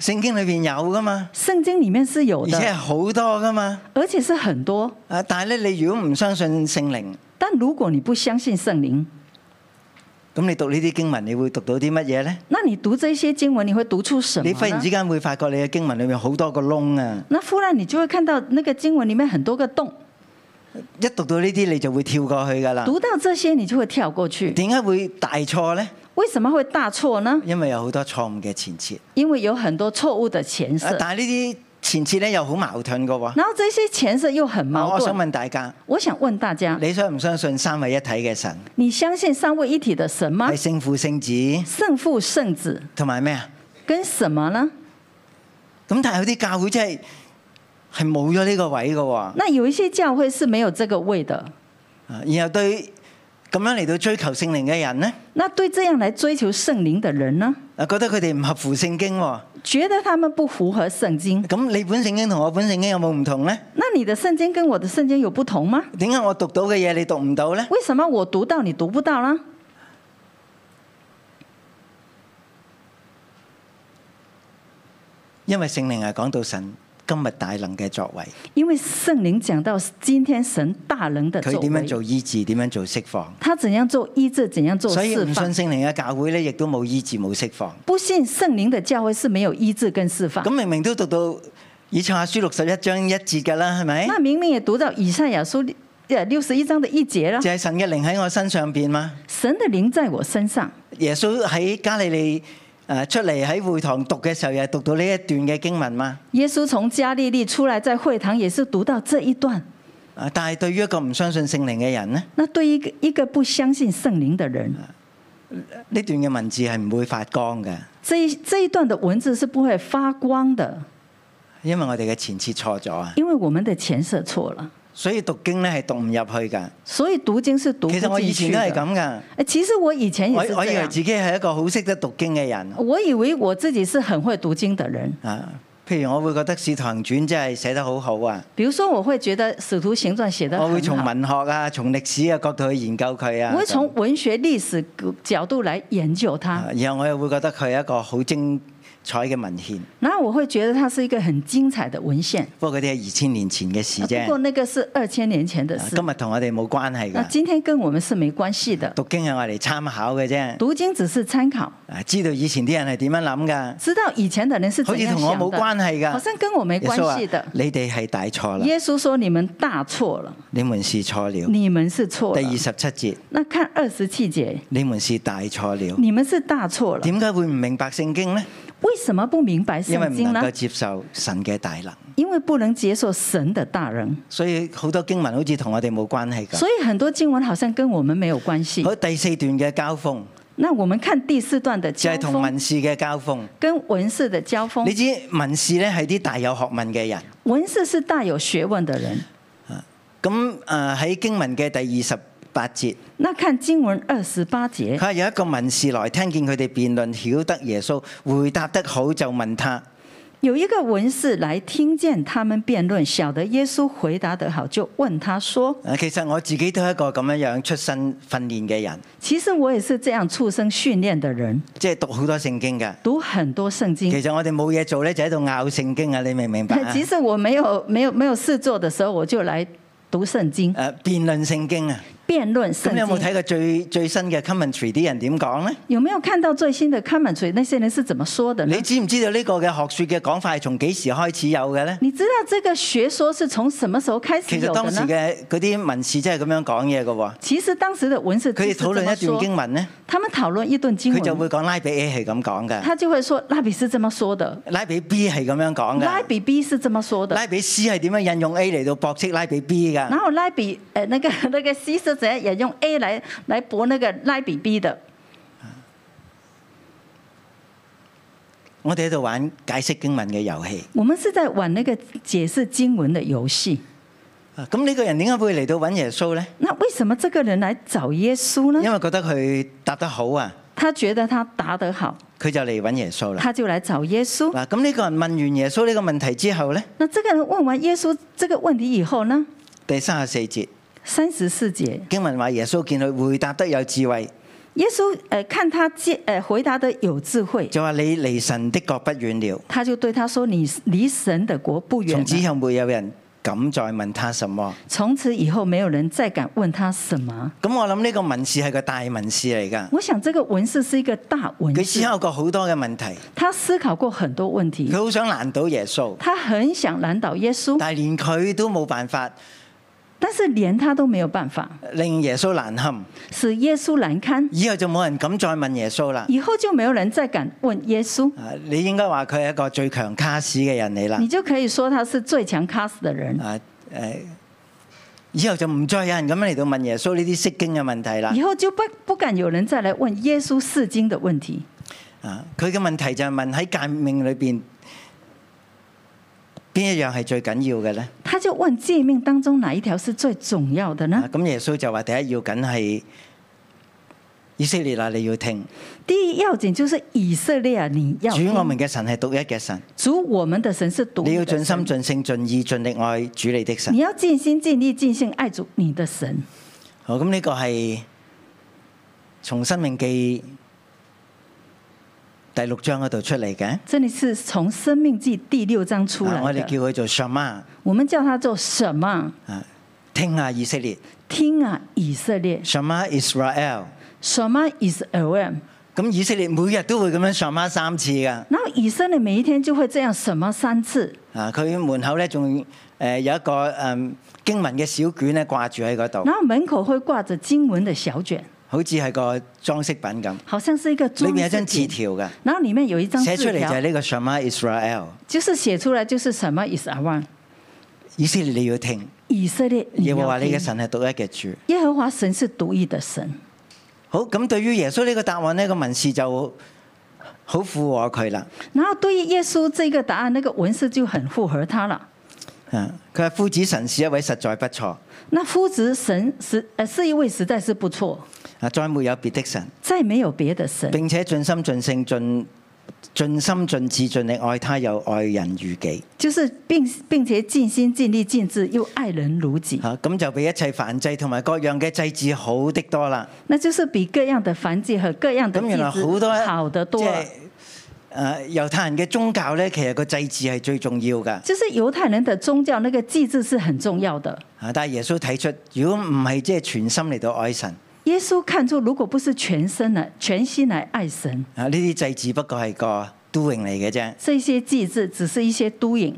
Speaker 2: 聖經裏邊有㗎嘛，
Speaker 3: 聖經裡面是有
Speaker 2: 而且係
Speaker 3: 的，
Speaker 2: 好多㗎嘛。
Speaker 3: 而且是很多。
Speaker 2: 啊！但係咧，你如果唔相信聖靈，
Speaker 3: 但如果你不相信聖靈，
Speaker 2: 咁你讀呢啲經文，你會讀到啲乜嘢咧？
Speaker 3: 那你讀這些經文，你會讀出什麼
Speaker 2: 你忽然
Speaker 3: 呢
Speaker 2: 之？間會發覺你嘅經文裏面好多個窿啊！
Speaker 3: 那忽然你就會看到那個經文裡面很多個洞，
Speaker 2: 一讀到呢啲，你就會跳過去㗎啦。
Speaker 3: 讀到這些你就會跳過去。
Speaker 2: 點解會大錯咧？
Speaker 3: 为什么会大错呢？
Speaker 2: 因為有好多錯誤嘅前設。
Speaker 3: 因为有很多错误的前
Speaker 2: 啊
Speaker 3: 设，
Speaker 2: 但係呢啲前設咧又好矛盾㗎喎。
Speaker 3: 然后这些前设又很矛
Speaker 2: 我
Speaker 3: 盾。
Speaker 2: 哦想問大家，
Speaker 3: 我想问大家，
Speaker 2: 你相唔相信三位一體嘅神
Speaker 3: 你相信三位一体的神吗
Speaker 2: 係？聖父、聖子
Speaker 3: 圣父、圣子
Speaker 2: 同埋咩啊？
Speaker 3: 跟什么呢？
Speaker 2: 咁但係有啲教會真係係冇咗呢個位嘅喎，啊
Speaker 3: 那有一些教会是没有这个位的。
Speaker 2: 然後對咁樣嚟到追求聖靈嘅人呢，
Speaker 3: 那对这样来追求圣灵的人呢，
Speaker 2: 啊覺得佢哋唔合乎聖經喎。
Speaker 3: 觉得他们不符合圣经。
Speaker 2: 咁你本聖經同我本聖經有冇唔同呢？
Speaker 3: 那你的聖經跟我的聖經有不同吗？
Speaker 2: 點解我讀到嘅嘢你讀唔到呢？
Speaker 3: 为什么我读到你读不到呢？
Speaker 2: 因為聖靈係講到神今日大能嘅作為，
Speaker 3: 因为圣灵讲到今天神大能的
Speaker 2: 佢
Speaker 3: 作
Speaker 2: 點樣
Speaker 3: 为，
Speaker 2: 做醫治，點樣做釋放。
Speaker 3: 他怎样做医治，怎样做
Speaker 2: 所以
Speaker 3: 释
Speaker 2: 唔信
Speaker 3: 放。
Speaker 2: 聖靈嘅教會呢，亦都冇醫治冇釋放。
Speaker 3: 不信圣灵的教会是没有医治跟释放
Speaker 2: 咁。明明都讀到以賽亞書六十一章一節㗎啦，係咪？
Speaker 3: 那明明也读到以赛亚书呃六十一章的一节了
Speaker 2: 就，係神嘅靈喺我身上邊嘛。
Speaker 3: 神的灵在我身上。
Speaker 2: 耶穌喺加利利誒出嚟喺會堂讀嘅時候，又係讀到呢一段嘅經文嘛。
Speaker 3: 耶稣从加利利出来，在会堂也是读到这一段。
Speaker 2: 啊但係對於一個唔相信聖靈嘅人呢，
Speaker 3: 那对一个一个不相信圣灵的人，
Speaker 2: 嗯呢段嘅文字係唔會發光嘅，
Speaker 3: 这一这一段的文字是不会发光的，
Speaker 2: 因為我哋嘅前設錯咗啊，
Speaker 3: 因为我们的前设错了，
Speaker 2: 所以讀經呢係讀唔入去㗎。
Speaker 3: 所以读经是读不
Speaker 2: 其實我以前
Speaker 3: 进去
Speaker 2: 都係
Speaker 3: 的。
Speaker 2: 咁㗎，
Speaker 3: 哎其实我以前也是
Speaker 2: 我我
Speaker 3: 这
Speaker 2: 以為
Speaker 3: 样，
Speaker 2: 自己係一個好識得讀經嘅人
Speaker 3: 我以为我自己是很会读经的人。
Speaker 2: 啊。譬如我會覺得《使徒行傳》真係寫得好好啊，
Speaker 3: 比如说，我会觉得《使徒行傳》写得
Speaker 2: 我會
Speaker 3: 很
Speaker 2: 從
Speaker 3: 好，
Speaker 2: 文學啊、從歷史嘅角度去研究佢啊。
Speaker 3: 我会
Speaker 2: 咁
Speaker 3: 从文学历史角度来研究它
Speaker 2: 啊，然後我又會覺得佢係一個好精彩嘅文獻。
Speaker 3: 然后我会觉得它是一个很精彩的文献。
Speaker 2: 不過嗰啲係二千年前嘅事
Speaker 3: 啊不
Speaker 2: 啫
Speaker 3: 过，那个是啊二千年前的
Speaker 2: 啊
Speaker 3: 事，
Speaker 2: 今日同我哋冇關係
Speaker 3: 那
Speaker 2: 㗎。
Speaker 3: 今天跟我們是沒關係的。
Speaker 2: 讀經係我嚟參考嘅啫，
Speaker 3: 讀經只是參考，
Speaker 2: 啊知道以前啲人係點樣諗㗎，
Speaker 3: 知道以前的人是怎
Speaker 2: 好似
Speaker 3: 樣
Speaker 2: 同我
Speaker 3: 想
Speaker 2: 冇關
Speaker 3: 的，
Speaker 2: 係
Speaker 3: 好
Speaker 2: 㗎。
Speaker 3: 像跟我沒
Speaker 2: 耶啊
Speaker 3: 關
Speaker 2: 穌
Speaker 3: 係
Speaker 2: 話
Speaker 3: 的：。
Speaker 2: 你哋係大錯啦，
Speaker 3: 耶穌說：“你們大錯了，
Speaker 2: 你們是錯了。
Speaker 3: 你們是錯
Speaker 2: 第二
Speaker 3: 了。
Speaker 2: 十七節，”
Speaker 3: 那看二十七節，
Speaker 2: 你們是大錯了。
Speaker 3: 你們是大錯了。
Speaker 2: 點解會唔明白聖經呢？
Speaker 3: 为什么不明白
Speaker 2: 因為
Speaker 3: 圣
Speaker 2: 唔
Speaker 3: 经
Speaker 2: 能
Speaker 3: 呢
Speaker 2: 夠？接受神嘅大能，
Speaker 3: 因为不能接受神的大人，
Speaker 2: 所以好多經文好似同我哋冇關係㗎。
Speaker 3: 所以很多经文好像跟我们没有关系。
Speaker 2: 好，第四段嘅交鋒
Speaker 3: 那我们看第四段的
Speaker 2: 就
Speaker 3: 交
Speaker 2: 係同
Speaker 3: 锋，
Speaker 2: 文士嘅交鋒。
Speaker 3: 跟文士的交锋
Speaker 2: 你。知文士咧係啲大有學問嘅人，
Speaker 3: 文士是大有学问的人。
Speaker 2: 咁誒喺經文嘅第二十八節，
Speaker 3: 那看经文二十八节
Speaker 2: 佢，話有一個文士來聽見佢哋辯論，曉得耶穌回答得好，就問他。
Speaker 3: 有一个文士来听见他们辩论，晓得耶稣回答得好，就问他说
Speaker 2: 誒其實我自己都係一個咁樣樣出身訓練嘅人，：“
Speaker 3: 其实我也是这样出生训练的人，
Speaker 2: 即係讀好多聖經 嘅。
Speaker 3: 读很多圣经。
Speaker 2: 其實我哋冇嘢做咧，就喺度拗聖經啊！你明唔明白啊？
Speaker 3: 即使我没有没有没有事做的时候，我就来读圣经，
Speaker 2: 誒辯論聖經啊！
Speaker 3: 辩论
Speaker 2: 咁
Speaker 3: 圣
Speaker 2: 有冇
Speaker 3: 经。
Speaker 2: 睇過最最新嘅 commentary 啲人點講呢？
Speaker 3: 有没有看到最新的 commentary？那些人是怎么说的呢
Speaker 2: 你？知唔知道呢個嘅學説嘅講法係從幾時開始有嘅呢？
Speaker 3: 你知道这个学说是从什么时候开始
Speaker 2: 其
Speaker 3: 有
Speaker 2: 實
Speaker 3: 的
Speaker 2: 當時
Speaker 3: 呢？
Speaker 2: 嘅嗰啲文士真係咁樣講嘢嘅喎，
Speaker 3: 其实当时的文士
Speaker 2: 佢哋討論
Speaker 3: 就
Speaker 2: 一
Speaker 3: 是这
Speaker 2: 段
Speaker 3: 么说
Speaker 2: 經文呢，
Speaker 3: 他们讨论一段经
Speaker 2: 佢就
Speaker 3: 文，
Speaker 2: 會講拉比 A 係咁講嘅，
Speaker 3: 他就会说拉比是这么说的，
Speaker 2: 拉比 B 係咁樣講
Speaker 3: 拉
Speaker 2: 嘅，
Speaker 3: 比 B 是这么说的，
Speaker 2: 拉比 C 係點樣引用 A 嚟到駁斥拉比 B 㗎
Speaker 3: 然。后拉比呃那个那个 C 是怎样也用 A 来来驳那个拉比 B 的。
Speaker 2: 我哋喺度玩解釋經文嘅遊戲。
Speaker 3: 我们是在玩那个解释经文的游戏。
Speaker 2: 啊咁呢個人點解會嚟到揾耶穌呢？
Speaker 3: 那为什么这个人来找耶稣呢？
Speaker 2: 因為覺得佢答得好啊，
Speaker 3: 他觉得他答得好，
Speaker 2: 佢就嚟揾耶穌啦。
Speaker 3: 他就来找耶稣。
Speaker 2: 嗱，咁呢個人問完耶穌呢個問題之後呢，
Speaker 3: 那这个人问完耶稣这个问题以后呢？
Speaker 2: 第三十四節
Speaker 3: 三十四节，
Speaker 2: 經文話耶穌見佢回答得有智慧，
Speaker 3: 耶稣呃看他接呃回答的有智慧，
Speaker 2: 就話你離神的國不遠了。
Speaker 3: 他就对他说：“你离神的国不远
Speaker 2: 從
Speaker 3: 了。
Speaker 2: 此以後沒有人敢再問他什麼。
Speaker 3: 从此以后，没有人再敢问他什么。
Speaker 2: 咁我諗呢個文士係個大文士嚟㗎，
Speaker 3: 我想这个文士是一个大文
Speaker 2: 佢思
Speaker 3: 士，
Speaker 2: 考過好多嘅問題，
Speaker 3: 他思考过很多问
Speaker 2: 佢
Speaker 3: 题，
Speaker 2: 好想難倒耶穌，
Speaker 3: 他很想难倒耶稣，
Speaker 2: 但係連佢都冇辦法
Speaker 3: 但是连他都没有办法，
Speaker 2: 令耶穌難堪。
Speaker 3: 使耶稣难堪。
Speaker 2: 以後就冇人敢再問耶穌啦。
Speaker 3: 以后就没有人再敢问耶稣，
Speaker 2: 啊，你應該話佢係一個最強卡士嘅人嚟啦
Speaker 3: 你。就可以说他是最强 cast 的人。
Speaker 2: 啊誒、以後就唔再有人咁樣嚟到問耶穌呢啲釋經嘅問題啦
Speaker 3: 以。后就不不敢有人再来问耶稣释经的问题。
Speaker 2: 啊，佢嘅問題就係問喺誡命裏邊邊一樣係最緊要嘅咧？
Speaker 3: 他就问诫命当中哪一条是最重要的
Speaker 2: 啊
Speaker 3: 呢？
Speaker 2: 咁、耶穌就話第一要緊係以色列啊，你要聽
Speaker 3: 第一要紧就是以色列啊，你要
Speaker 2: 主我
Speaker 3: 听
Speaker 2: 們嘅神係獨一嘅神，
Speaker 3: 主我们的神是独
Speaker 2: 你
Speaker 3: 一
Speaker 2: 要
Speaker 3: 的
Speaker 2: 盡
Speaker 3: 神
Speaker 2: 心盡性盡意盡力愛主你的神
Speaker 3: 你。要尽心尽力尽性爱主你的神。
Speaker 2: 好，咁呢個係從《生命記》第六章嗰度出嚟嘅。
Speaker 3: 这里是从《生命记》第六章出
Speaker 2: 啊我
Speaker 3: 来
Speaker 2: 哋
Speaker 3: 的，
Speaker 2: 叫佢做 Shema
Speaker 3: 我们叫它做什么？
Speaker 2: 啊，聽下以色列
Speaker 3: 听啊，以色列，
Speaker 2: Shema Israel。
Speaker 3: 什么 is l m
Speaker 2: 咁以色列每日都會咁樣 Shema 三次噶。
Speaker 3: 然后以色列每一天就会这样什么三次，
Speaker 2: 啊，佢門口咧仲誒有一個誒、嗯、經文嘅小卷咧掛住喺嗰度
Speaker 3: 然，后门口会挂着经文的小卷，
Speaker 2: 好似係個裝飾品咁。
Speaker 3: 好像是一个
Speaker 2: 裏
Speaker 3: 装
Speaker 2: 面有張
Speaker 3: 饰
Speaker 2: 字
Speaker 3: 品。
Speaker 2: 條㗎，
Speaker 3: 然後里面有一张字
Speaker 2: 寫出嚟就係
Speaker 3: 条，
Speaker 2: 呢個 Shema Israel。
Speaker 3: 就是写出来就是什么 is a one
Speaker 2: 以色列你要聽，
Speaker 3: 以色列你
Speaker 2: 耶和
Speaker 3: 要
Speaker 2: 華你嘅
Speaker 3: 听。
Speaker 2: 神係獨一嘅主。
Speaker 3: 耶和华神是独一的神。
Speaker 2: 好，咁對於耶穌呢個答案呢，個文士就好附和佢啦。
Speaker 3: 然后对于耶稣这个答案，那个文士就很附和他了。
Speaker 2: 啊，佢話夫子神是一位實在不錯，
Speaker 3: 那夫子神实呃是一位实在是不错，
Speaker 2: 啊，再沒有別的神。
Speaker 3: 再没有别的神，
Speaker 2: 並且盡心盡性盡盡心盡智盡力愛他，又愛人如己。
Speaker 3: 就是并并且尽心尽力尽智又爱人如己，
Speaker 2: 嚇啊咁就比一切燔祭同埋各樣嘅祭祀好的多啦。
Speaker 3: 那就是比各样的燔祭和各样的
Speaker 2: 咁
Speaker 3: 祭
Speaker 2: 原來好多
Speaker 3: 司好得多啊
Speaker 2: 即
Speaker 3: 了
Speaker 2: 係。誒猶太人嘅宗教咧，其實個祭祀係最重要㗎。
Speaker 3: 就是犹太人的宗教那个祭祀是很重要的。
Speaker 2: 啊！但係耶穌睇出，如果唔係即係全心嚟到愛神，
Speaker 3: 耶稣看出，如果不是全身来、全心来爱神，
Speaker 2: 啊呢啲祭祀不過係個 doing 嚟嘅啫。
Speaker 3: 这些祭祀只是一些都引。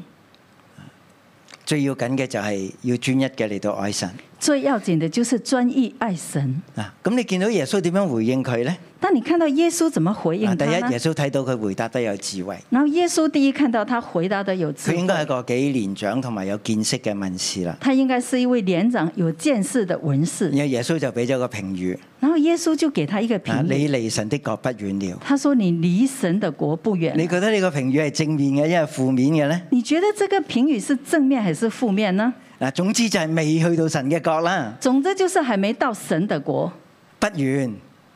Speaker 2: 最要緊嘅就係要專一嘅嚟到愛神。
Speaker 3: 最要紧的就是专一爱神。
Speaker 2: 嗱，咁你見到耶穌點樣回應佢呢？
Speaker 3: 当你看到耶稣怎么回应
Speaker 2: 嗱，啊第
Speaker 3: 他
Speaker 2: 一，
Speaker 3: 呢
Speaker 2: 耶？穌睇到佢回答得有智慧，
Speaker 3: 然后耶稣第一看到他回答的有智
Speaker 2: 佢應該係
Speaker 3: 慧，
Speaker 2: 個幾年長同埋有見識嘅文士啦。
Speaker 3: 他应该是一位连长有见识的文士
Speaker 2: 然。後耶穌就俾咗個評語：
Speaker 3: 然后耶稣就给他一个
Speaker 2: 啊，
Speaker 3: 评语，
Speaker 2: 你離神的國不遠了。
Speaker 3: 他说：“你离神的国不远。”
Speaker 2: 你覺得呢個評語係正面嘅，因係負面嘅呢？
Speaker 3: 你觉得这个评语是正面还是负面呢？
Speaker 2: 嗱，啊總之就係未去到神嘅國啦，
Speaker 3: 总之就是还没到神的国，
Speaker 2: 不遠，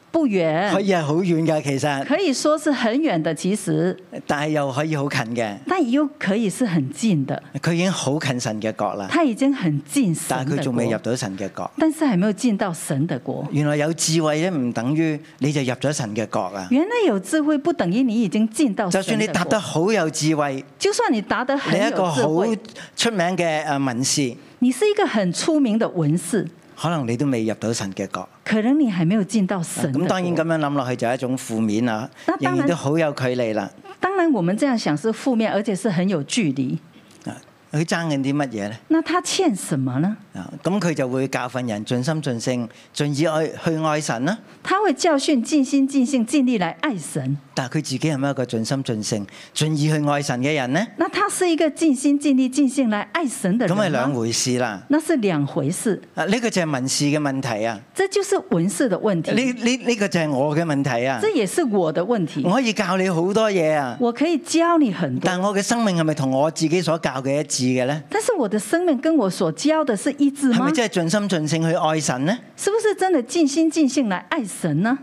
Speaker 3: 不远
Speaker 2: 可，以係好遠㗎，其實，
Speaker 3: 可以说是很远的。其实，
Speaker 2: 但係又可以好近嘅。
Speaker 3: 但又可以是很近的。
Speaker 2: 佢已經好近神嘅國啦，
Speaker 3: 他已经很近神
Speaker 2: 啊但係佢
Speaker 3: 的
Speaker 2: 仲未入
Speaker 3: 国，
Speaker 2: 到神嘅國。
Speaker 3: 但是还没有进到神的国。
Speaker 2: 原來有智慧咧，唔等於你就入咗神嘅國啊！
Speaker 3: 原来有智慧不等于你已经进到
Speaker 2: 就
Speaker 3: 神
Speaker 2: 算你
Speaker 3: 的
Speaker 2: 答得
Speaker 3: 国。
Speaker 2: 好有智慧，
Speaker 3: 就算你答得
Speaker 2: 你
Speaker 3: 很
Speaker 2: 一個
Speaker 3: 有智
Speaker 2: 好
Speaker 3: 慧，
Speaker 2: 出名嘅誒文士，
Speaker 3: 你是一个很出名的文士，
Speaker 2: 可能你都未入到神嘅國。
Speaker 3: 可能你还没有进到神的
Speaker 2: 啊咁
Speaker 3: 国。
Speaker 2: 當然咁樣諗落去就係一種負面啦
Speaker 3: 那，當然
Speaker 2: 仍然都好有距離啦。
Speaker 3: 当然我们这样想是负面，而且是很有距离。
Speaker 2: 啊佢爭緊啲乜嘢呢？
Speaker 3: 那他欠什么呢？
Speaker 2: 啊，咁佢就會教訓人盡心盡性、盡意愛去愛神啦。
Speaker 3: 他会教训尽心尽性尽力来爱神。
Speaker 2: 但係佢自己係咪一個盡心盡性、盡意去愛神嘅人呢？
Speaker 3: 那他是一个尽心盡力盡性來愛神的
Speaker 2: 咁係
Speaker 3: 人
Speaker 2: 兩
Speaker 3: 嗎
Speaker 2: 回事啦。
Speaker 3: 那是兩回事，
Speaker 2: 啊，呢個就係文士嘅問題啊！
Speaker 3: 這就是文士的問題，
Speaker 2: 呢呢呢個就係我嘅問題啊！
Speaker 3: 這也是我的問題
Speaker 2: 我。可以教你好多嘢啊，
Speaker 3: 我可以教你很多，
Speaker 2: 但我嘅生命係咪同我自己所教嘅一致嘅呢？
Speaker 3: 但是我的生命跟我所教的是一致
Speaker 2: 係
Speaker 3: 嗎
Speaker 2: 咪？真係盡心盡性去愛神呢？
Speaker 3: 是不是真的盡心盡性來愛神呢？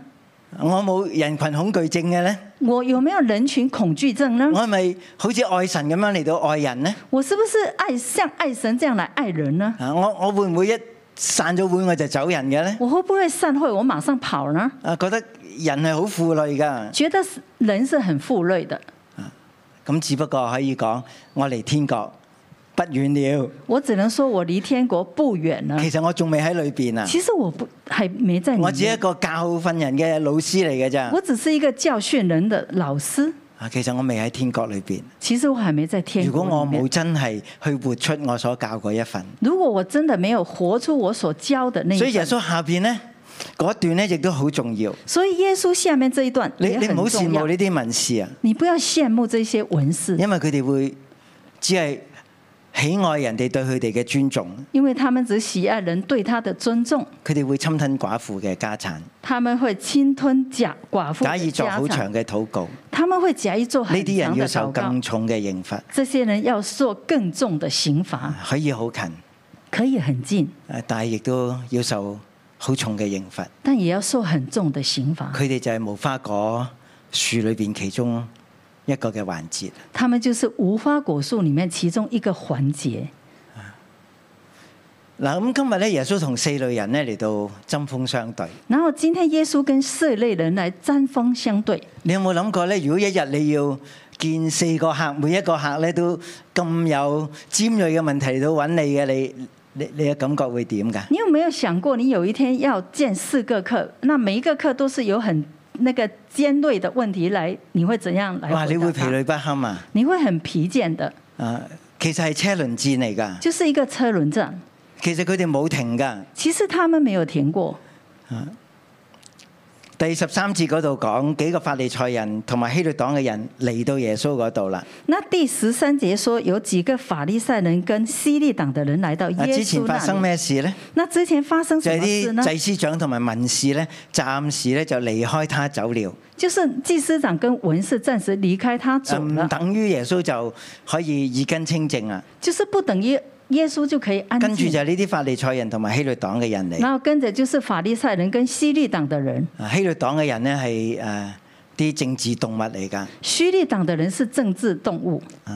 Speaker 2: 我冇人群恐懼症嘅呢？
Speaker 3: 我有沒有人群恐懼症呢
Speaker 2: 我？係咪好似愛神咁樣嚟到愛人呢？
Speaker 3: 我是不是愛像愛神這樣來愛人呢？
Speaker 2: 啊，我我會唔會一散咗會我就走人嘅呢？
Speaker 3: 我會不會散會，我馬上跑呢？
Speaker 2: 啊，覺得人係好負累㗎，
Speaker 3: 覺得人是很負累的。
Speaker 2: 咁只不過可以講我離天國不遠了。
Speaker 3: 我只能說，我離天國不遠了。
Speaker 2: 其實我仲未喺裏邊啊，
Speaker 3: 啊其實我不還沒在裡面
Speaker 2: 我只係一個教訓人嘅老師嚟嘅咋。
Speaker 3: 我只是一個教訓人的老師。
Speaker 2: 啊，其實我未喺天國裏邊。
Speaker 3: 其實我還沒在天
Speaker 2: 如果
Speaker 3: 國
Speaker 2: 我
Speaker 3: 裡面
Speaker 2: 冇真係去活出我所教嗰一份，
Speaker 3: 如果我真的沒有活出我所教的那一
Speaker 2: 所以耶
Speaker 3: 份，
Speaker 2: 穌下邊呢，嗰段呢亦都好重要。
Speaker 3: 所以耶穌下面這一段
Speaker 2: 你
Speaker 3: 也
Speaker 2: 你唔
Speaker 3: 很
Speaker 2: 好羨
Speaker 3: 重要
Speaker 2: 慕。呢啲文士啊，
Speaker 3: 你不要羨慕這些文士，
Speaker 2: 因為佢哋會只係喜愛人哋對佢哋嘅尊重，
Speaker 3: 因為他們只喜愛人對他的尊重，
Speaker 2: 佢哋會侵吞寡婦嘅家產，
Speaker 3: 他們會侵吞假寡婦
Speaker 2: 假
Speaker 3: 的
Speaker 2: 意作
Speaker 3: 家
Speaker 2: 好長
Speaker 3: 產，
Speaker 2: 嘅禱告。
Speaker 3: 他們會假意做
Speaker 2: 呢
Speaker 3: 很
Speaker 2: 啲人
Speaker 3: 長
Speaker 2: 要
Speaker 3: 的
Speaker 2: 受
Speaker 3: 禱告
Speaker 2: 更。重嘅刑罰，
Speaker 3: 這些人要受更重的刑罰，
Speaker 2: 可以好近，
Speaker 3: 可以很近，
Speaker 2: 誒但係亦都要受好重嘅刑罰。
Speaker 3: 但也要受很重的刑罰。
Speaker 2: 佢哋就係無花果樹裏邊其中一個嘅環節。
Speaker 3: 他們就是無花果樹裡面其中一個環節。
Speaker 2: 嗱，咁今日咧，耶穌同四類人咧嚟到針鋒相對。
Speaker 3: 然後今天耶穌跟四類人來針鋒相對，
Speaker 2: 你有冇諗過咧？如果一日你要見四個客，每一個客咧都咁有尖鋭嘅問題嚟到揾你嘅，你你你嘅感覺會點㗎？
Speaker 3: 你有沒有想過，你有一天要见四个客，那每一个客都是有很那个尖锐的问題来，你會怎樣來回答
Speaker 2: 哇！
Speaker 3: 他？
Speaker 2: 你會疲累不堪啊！
Speaker 3: 你會很疲倦的，
Speaker 2: 啊，其實係車輪戰嚟㗎，
Speaker 3: 就是一個車輪戰。
Speaker 2: 其實佢哋冇停㗎。
Speaker 3: 其實他們沒有停過。
Speaker 2: 第十三節嗰度講幾個法利賽人同埋希律黨嘅人嚟到耶穌嗰度啦。
Speaker 3: 那第十三節說，有幾個法利賽人跟希利黨的人來到
Speaker 2: 啊，
Speaker 3: 耶
Speaker 2: 之
Speaker 3: 穌
Speaker 2: 前
Speaker 3: 那
Speaker 2: 發生
Speaker 3: 裡。
Speaker 2: 咩事呢？
Speaker 3: 那之前發生
Speaker 2: 就
Speaker 3: 什
Speaker 2: 係
Speaker 3: 麼事呢
Speaker 2: 啲？祭司長同埋文士咧，暫時咧就離開他走了。
Speaker 3: 就是祭司長跟文士暫時離開他走
Speaker 2: 唔、
Speaker 3: 了，
Speaker 2: 等於耶穌就可以耳根清淨啊！
Speaker 3: 就是不等於耶穌就可以安
Speaker 2: 跟住
Speaker 3: 靜
Speaker 2: 就係呢啲法利賽人同埋希律黨嘅人嚟。
Speaker 3: 然后跟着就是法利赛人跟希律党的人，
Speaker 2: 啊希律黨嘅人咧係誒啲政治動物嚟㗎，
Speaker 3: 希律党的人是政治动物，
Speaker 2: 誒、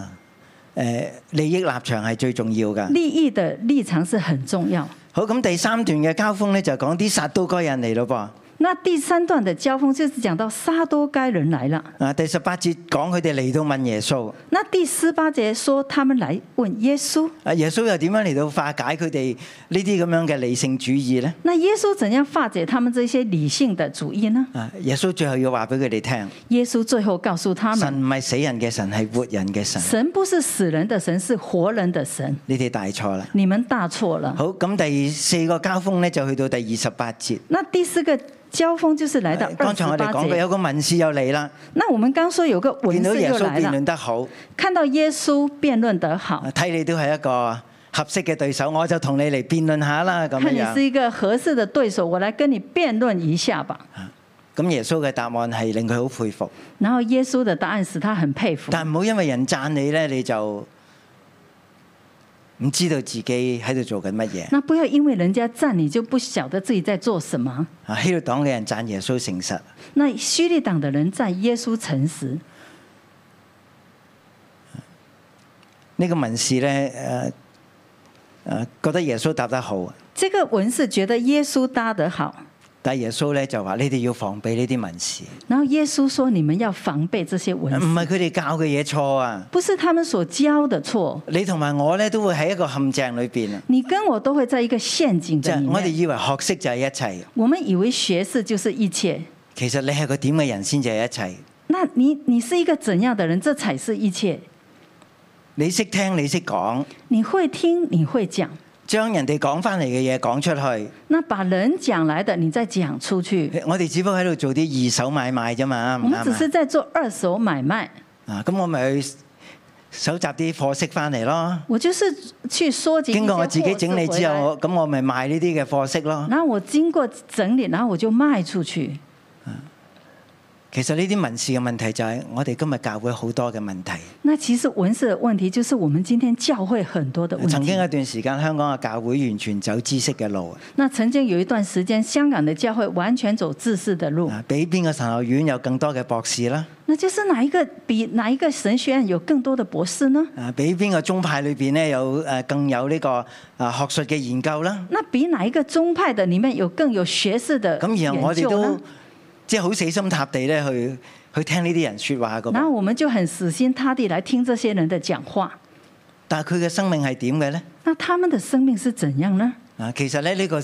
Speaker 2: 呃利益立場係最重要㗎。
Speaker 3: 利益的立场是很重要。
Speaker 2: 好，咁第三段嘅交鋒咧就講啲撒都該人嚟咯噃。
Speaker 3: 那第三段的交锋就是讲到撒多该人来了。
Speaker 2: 啊，第十八節講佢哋嚟到問耶穌，
Speaker 3: 那第十八节说他們來問耶穌，
Speaker 2: 啊耶穌又點樣嚟到化解佢哋呢啲咁樣嘅理性主義呢？
Speaker 3: 那耶穌怎樣化解他們這些理性的主義呢？
Speaker 2: 啊，耶穌最後要話俾佢哋聽，
Speaker 3: 耶穌最後告訴他們，
Speaker 2: 神唔係死人嘅神，係活人嘅神，
Speaker 3: 神不是死人的神，是活人的神。
Speaker 2: 你哋大錯啦。
Speaker 3: 你們大錯了。
Speaker 2: 好，咁第四個交鋒呢，就去到第二十八節。
Speaker 3: 那第四個交鋒就是來到二
Speaker 2: 剛
Speaker 3: 十
Speaker 2: 哎才我哋
Speaker 3: 八
Speaker 2: 講過，
Speaker 3: 節。
Speaker 2: 有個文士又嚟啦，
Speaker 3: 那我們剛說有個
Speaker 2: 見
Speaker 3: 文
Speaker 2: 到
Speaker 3: 士
Speaker 2: 耶
Speaker 3: 又
Speaker 2: 穌
Speaker 3: 來
Speaker 2: 辯
Speaker 3: 了
Speaker 2: 論，得好，啊
Speaker 3: 看到耶穌辯論得好，
Speaker 2: 睇你都係一個合適嘅對手，我就同你嚟辯論下啦咁
Speaker 3: 看你
Speaker 2: 樣
Speaker 3: 是
Speaker 2: 樣。
Speaker 3: 一個合適的對手，我來跟你辯論一下吧。
Speaker 2: 咁耶穌嘅答案係令佢好佩服，
Speaker 3: 然後耶穌的答案使他很佩服，
Speaker 2: 但唔好因為人讚你呢，你就唔知道自己喺度做緊乜嘢。
Speaker 3: 那不要因為人家讚你就不曉得自己在做什麼。
Speaker 2: 啊，希律黨嘅人讚耶穌誠實，
Speaker 3: 那虛利黨的人讚耶穌誠實，
Speaker 2: 呢、個文士呢，誒、誒覺得耶穌答得好，
Speaker 3: 這個文士覺得耶穌搭得好，
Speaker 2: 但係耶穌呢就話：你哋要防備呢啲文士。
Speaker 3: 然後耶穌說你們要防備這些文
Speaker 2: 呃唔係
Speaker 3: 士，
Speaker 2: 佢哋教嘅嘢錯啊！
Speaker 3: 不是他們所教的錯。
Speaker 2: 你同埋我咧都會喺一個陷阱裏邊啊！
Speaker 3: 你跟我都會在一個陷阱
Speaker 2: 就
Speaker 3: 的
Speaker 2: 係
Speaker 3: 裡
Speaker 2: 我哋
Speaker 3: 面。
Speaker 2: 以為學識就係一切，
Speaker 3: 我們以為學識就是一切，
Speaker 2: 其實你係個點嘅人先就係一切。
Speaker 3: 那你你是一個怎樣的人，這才是一切。
Speaker 2: 你識聽，你識講，
Speaker 3: 你會聽，你會講，
Speaker 2: 將人哋講翻嚟嘅嘢講出去。
Speaker 3: 那把人講來的，你再講出去。
Speaker 2: 我哋只不過喺度做啲二手買賣啫嘛，
Speaker 3: 我
Speaker 2: 啱唔
Speaker 3: 們只是
Speaker 2: 啱
Speaker 3: 在做二手買賣，
Speaker 2: 啊？啊，咁我咪去搜集啲貨色翻嚟咯。
Speaker 3: 我就是去收啊集一些
Speaker 2: 經過我自己
Speaker 3: 貨
Speaker 2: 整理
Speaker 3: 色
Speaker 2: 之
Speaker 3: 回來
Speaker 2: 後，我咁我咪賣呢啲嘅貨色咯。
Speaker 3: 然後我經過整理，然後我就賣出去。
Speaker 2: 其實呢啲民事嘅問題就係我哋今日教會好多嘅問題。
Speaker 3: 那其實文士的問題就是我們今天教會很多的問題。
Speaker 2: 曾啊經有一段時間，香港嘅教會完全走知識嘅路啊。
Speaker 3: 那曾經有一段時間，香港的教會完全走自私的路，
Speaker 2: 啊，俾邊個神學院有更多嘅博士啦？
Speaker 3: 那就是哪一個比哪一個神學院有更多的博士呢？
Speaker 2: 啊，俾邊個宗派裏邊咧有誒更有呢個啊學術嘅研究啦？
Speaker 3: 那比哪一個宗派的裡面有更有學識的
Speaker 2: 咁然後我
Speaker 3: 呃研
Speaker 2: 哋
Speaker 3: 究
Speaker 2: 都
Speaker 3: 呢？
Speaker 2: 即係好死心塌地咧去去聽呢啲人説話噶
Speaker 3: 然後
Speaker 2: 噃。
Speaker 3: 我們就很死心塌地來聽這些人的講話。
Speaker 2: 但係佢嘅生命係點嘅咧？
Speaker 3: 那他們的生命是怎樣呢？
Speaker 2: 啊，其實咧呢個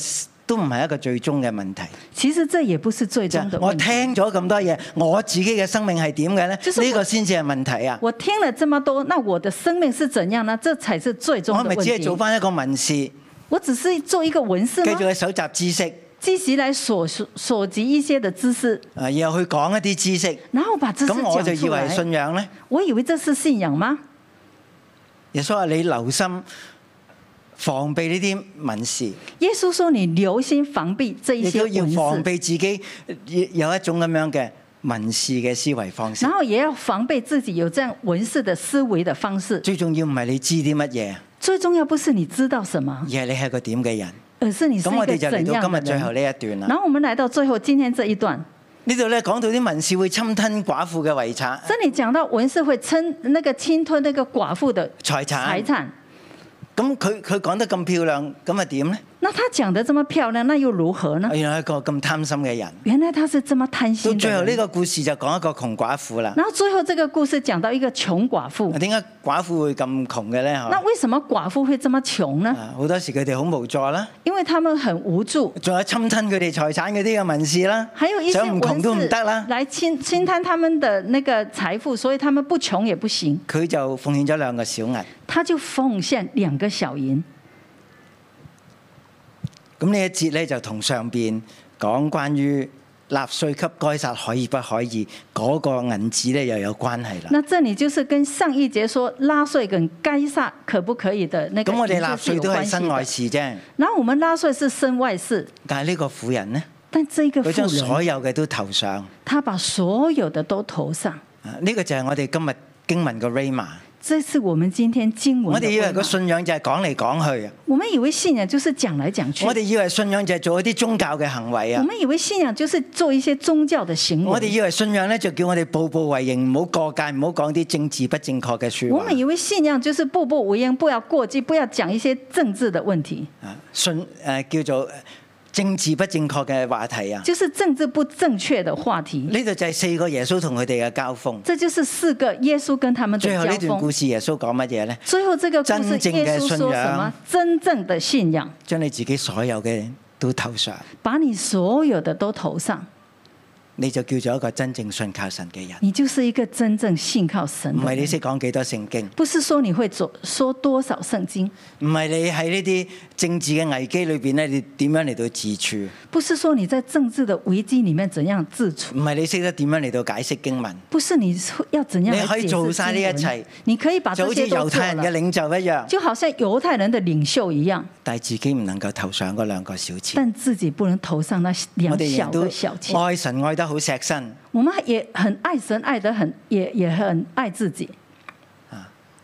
Speaker 2: 都唔係一個最終嘅問題。
Speaker 3: 其實這也不是最
Speaker 2: 就
Speaker 3: 終
Speaker 2: 係
Speaker 3: 的
Speaker 2: 啊我
Speaker 3: 問題。
Speaker 2: 聽咗咁多嘢，我自己嘅生命係點嘅咧？
Speaker 3: 就是我
Speaker 2: 呢個先至係問題啊！
Speaker 3: 我聽了這麼多，那我的生命是怎樣呢？這才是最終
Speaker 2: 我
Speaker 3: 的
Speaker 2: 咪
Speaker 3: 問
Speaker 2: 只係
Speaker 3: 題。
Speaker 2: 做翻一個文士，繼
Speaker 3: 我只是做一個文士
Speaker 2: 續
Speaker 3: 嗎？
Speaker 2: 去搜集知識，
Speaker 3: 積極來所所集一些的知識，
Speaker 2: 啊，然後去講一啲知識。
Speaker 3: 然後把知識
Speaker 2: 咁我就
Speaker 3: 講
Speaker 2: 以
Speaker 3: 出
Speaker 2: 為
Speaker 3: 來。
Speaker 2: 信仰咧。
Speaker 3: 我以為這是信仰嗎？
Speaker 2: 耶穌話：你留心防備呢啲文士，
Speaker 3: 耶穌說：“你留心防備這一
Speaker 2: 亦
Speaker 3: 些
Speaker 2: 都要
Speaker 3: 文
Speaker 2: 防
Speaker 3: 士，
Speaker 2: 備自己有一種咁樣嘅文士嘅思維方式
Speaker 3: 然。後也要防備自己有這樣文士的思維的方式。
Speaker 2: 最重要唔係你知啲乜嘢，
Speaker 3: 最重要不是你知道什
Speaker 2: 而
Speaker 3: 麼，
Speaker 2: 係你係個點嘅人。
Speaker 3: 而是你是一
Speaker 2: 咁我
Speaker 3: 個
Speaker 2: 哋
Speaker 3: 怎
Speaker 2: 就嚟到
Speaker 3: 樣
Speaker 2: 今
Speaker 3: 的
Speaker 2: 日最後
Speaker 3: 人。
Speaker 2: 呢一段啦。
Speaker 3: 然後我們來到最後今天這一段，
Speaker 2: 呢度咧講到啲文士會侵吞寡婦嘅遺產
Speaker 3: 這裡講到文士會侵那個侵吞那個寡婦的
Speaker 2: 財
Speaker 3: 財
Speaker 2: 產，
Speaker 3: 產。
Speaker 2: 咁佢佢講得咁漂亮，咁啊點呢？
Speaker 3: 那他講得這麼漂亮，那又如何呢？
Speaker 2: 原來係一個咁貪心嘅人。
Speaker 3: 原來他是這麼貪
Speaker 2: 到
Speaker 3: 心的
Speaker 2: 最後呢
Speaker 3: 人。
Speaker 2: 個故事就講一個窮寡婦啦。
Speaker 3: 然後最後這個故事講到一個窮寡婦，
Speaker 2: 點解寡婦會咁窮嘅咧？
Speaker 3: 那
Speaker 2: 嗬
Speaker 3: 為什麼寡婦會這麼窮呢？
Speaker 2: 啊好多時佢哋好無助啦。
Speaker 3: 因為他們很無助，
Speaker 2: 仲有侵吞佢哋財產嗰啲嘅民事啦，
Speaker 3: 還有一些
Speaker 2: 想唔窮
Speaker 3: 文
Speaker 2: 都唔
Speaker 3: 士
Speaker 2: 得啦。
Speaker 3: 來侵侵吞他們的那個財富，所以他們不窮也不行。
Speaker 2: 佢就奉獻咗兩個小銀，
Speaker 3: 他就奉獻兩個小銀。
Speaker 2: 嗯咁呢一節咧就同上邊講關於納税給該撒可以不可以嗰、個銀紙咧又有關係啦。
Speaker 3: 那這裡就是跟上一節說拉稅跟該撒可不可以的那個
Speaker 2: 咁我哋
Speaker 3: 原則
Speaker 2: 納
Speaker 3: 是
Speaker 2: 税
Speaker 3: 有
Speaker 2: 都係
Speaker 3: 關
Speaker 2: 身外
Speaker 3: 係的。
Speaker 2: 事啫，
Speaker 3: 然後我們拉稅是身外事，
Speaker 2: 但係呢個婦人呢，
Speaker 3: 但這個
Speaker 2: 佢將
Speaker 3: 婦人
Speaker 2: 所有嘅都投上。
Speaker 3: 他把所有的都投上，
Speaker 2: 啊呢、個就係我哋今日經文嘅 rama。
Speaker 3: 這是我們今天經文
Speaker 2: 我
Speaker 3: 的
Speaker 2: 哋以為
Speaker 3: 問
Speaker 2: 個
Speaker 3: 嘛。
Speaker 2: 信仰就係講嚟講去啊，
Speaker 3: 我們以為信仰就是講來講去
Speaker 2: 我，哋以為信仰就係做一啲宗教嘅行為
Speaker 3: 我
Speaker 2: 啊。
Speaker 3: 們以為信仰就是做一些宗教的行
Speaker 2: 我哋
Speaker 3: 為。
Speaker 2: 以為信仰咧就叫我哋步步為營，唔好過界，唔好講啲政治不正確嘅説
Speaker 3: 我
Speaker 2: 話
Speaker 3: 們。以為信仰就是步步為營，不要過激，不要講一些政治的問題，
Speaker 2: 啊信誒、呃叫做政治不正確嘅話題啊。
Speaker 3: 就是政治不正确的话题。
Speaker 2: 呢度就係四個耶穌同佢哋嘅交鋒。
Speaker 3: 这就是四个耶稣跟他们的
Speaker 2: 最後呢段
Speaker 3: 交
Speaker 2: 故
Speaker 3: 锋。
Speaker 2: 事，耶穌講乜嘢呢？
Speaker 3: 最后这个故
Speaker 2: 真
Speaker 3: 事，
Speaker 2: 正嘅
Speaker 3: 耶稣
Speaker 2: 信
Speaker 3: 说
Speaker 2: 仰
Speaker 3: 什么？真正的信仰，
Speaker 2: 將你自己所有嘅都投上，
Speaker 3: 把你所有的都投上，
Speaker 2: 你就叫做一個真正信靠神嘅人。
Speaker 3: 你就是一个真正信靠神
Speaker 2: 唔
Speaker 3: 的
Speaker 2: 係你
Speaker 3: 人。
Speaker 2: 識講幾多聖經，
Speaker 3: 不是说你会做说多少圣经，
Speaker 2: 唔係你喺呢啲政治嘅危機裏邊咧，你點樣嚟到自處？
Speaker 3: 不是说你在政治的危机里面怎样自处，
Speaker 2: 唔係你識得點樣嚟到解釋經文，
Speaker 3: 不是你要怎样来
Speaker 2: 你可以
Speaker 3: 解释
Speaker 2: 做晒呢一
Speaker 3: 经文
Speaker 2: 切
Speaker 3: 你可以把
Speaker 2: 就
Speaker 3: 这
Speaker 2: 好似
Speaker 3: 些都
Speaker 2: 猶
Speaker 3: 做
Speaker 2: 太人嘅
Speaker 3: 了，
Speaker 2: 領袖一樣，
Speaker 3: 就好像犹太人的领袖一样，
Speaker 2: 但係自己唔能夠投上嗰兩個小錢。
Speaker 3: 但自己不能投上那
Speaker 2: 我
Speaker 3: 两
Speaker 2: 哋
Speaker 3: 小
Speaker 2: 人都
Speaker 3: 个小钱。
Speaker 2: 愛神愛得好錫身。
Speaker 3: 我们也很爱神，爱得很，也也很爱自己。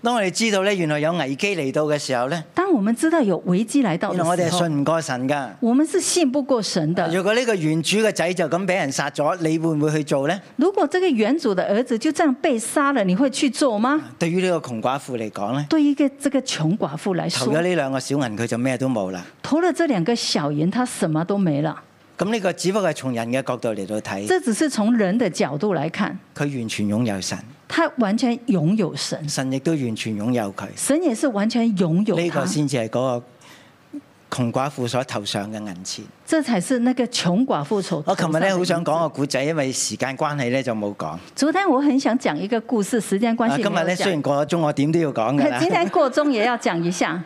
Speaker 2: 當我哋知道咧，原來有危機嚟到嘅時候咧，
Speaker 3: 当我们知道有危机来到
Speaker 2: 原來我
Speaker 3: 的
Speaker 2: 哋
Speaker 3: 时
Speaker 2: 係
Speaker 3: 候，
Speaker 2: 信唔哎過神㗎。
Speaker 3: 我们是信不过神的。
Speaker 2: 如果呢個原主嘅仔就咁俾人殺咗，你會唔會去做呢？
Speaker 3: 如果这个原主的儿子就这样被杀了，你会去做吗？
Speaker 2: 對於呢個窮寡婦嚟講呢
Speaker 3: 对于一个这个穷寡妇来
Speaker 2: 投咗
Speaker 3: 说，
Speaker 2: 呢兩個小銀，佢就咩都冇啦。
Speaker 3: 投了这两个小银，他什么都没了。
Speaker 2: 咁呢個只不過係從人嘅角度嚟到睇，
Speaker 3: 这只是从人的角度来看，
Speaker 2: 佢完全擁有神，
Speaker 3: 他完全拥有神，
Speaker 2: 神亦都完全擁有佢。
Speaker 3: 神也是完全拥有
Speaker 2: 呢
Speaker 3: 他
Speaker 2: 個。先至係嗰個窮寡婦所投上嘅銀錢。
Speaker 3: 这才是那个穷寡妇所。
Speaker 2: 我琴日咧好想啊講個
Speaker 3: 哦。
Speaker 2: 古仔，因為時間關係咧就冇講。
Speaker 3: 昨天我很想講一個故事，时间关
Speaker 2: 啊
Speaker 3: 系
Speaker 2: 今日
Speaker 3: 没有
Speaker 2: 咧雖然
Speaker 3: 講。
Speaker 2: 過咗鐘，我點都要講 㗎啦
Speaker 3: 今。天過中也要講一下。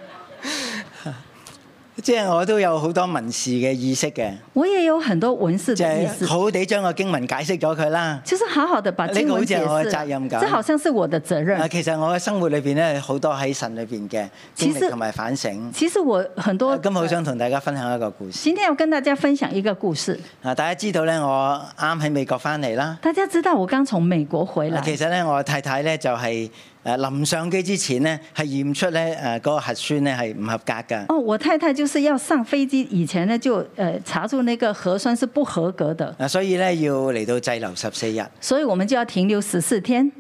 Speaker 2: 即係我都有好多文士嘅意識嘅，
Speaker 3: 我也有很多 文士
Speaker 2: 就
Speaker 3: 的意
Speaker 2: 係、
Speaker 3: 思，
Speaker 2: 好好地將個經文解釋咗佢啦。
Speaker 3: 就是好好的把经文解
Speaker 2: 呢個好似係我嘅責
Speaker 3: 釋
Speaker 2: 任。感
Speaker 3: 这好像是我的責
Speaker 2: 啊，
Speaker 3: 任。
Speaker 2: 其實我嘅生活裏邊咧，好多喺神裏邊嘅經歷同埋反省。
Speaker 3: 其實我很多
Speaker 2: 啊，咁好想同大家分享一個故事。
Speaker 3: 今天要跟大家分享一個故事。
Speaker 2: 啊，大家知道咧，我啱喺美國翻嚟啦。
Speaker 3: 大家知道我剛從美國回
Speaker 2: 啊
Speaker 3: 來，
Speaker 2: 其實咧，我太太咧就係誒臨上機之前咧，係驗出咧誒嗰個核酸咧係唔合格㗎。
Speaker 3: 哦，我太太就是要上飛機以前呢，就呃查出那個核酸是不合格的，
Speaker 2: 啊，所以咧要嚟到滯留十四日。
Speaker 3: 所以我們就要停留十四天。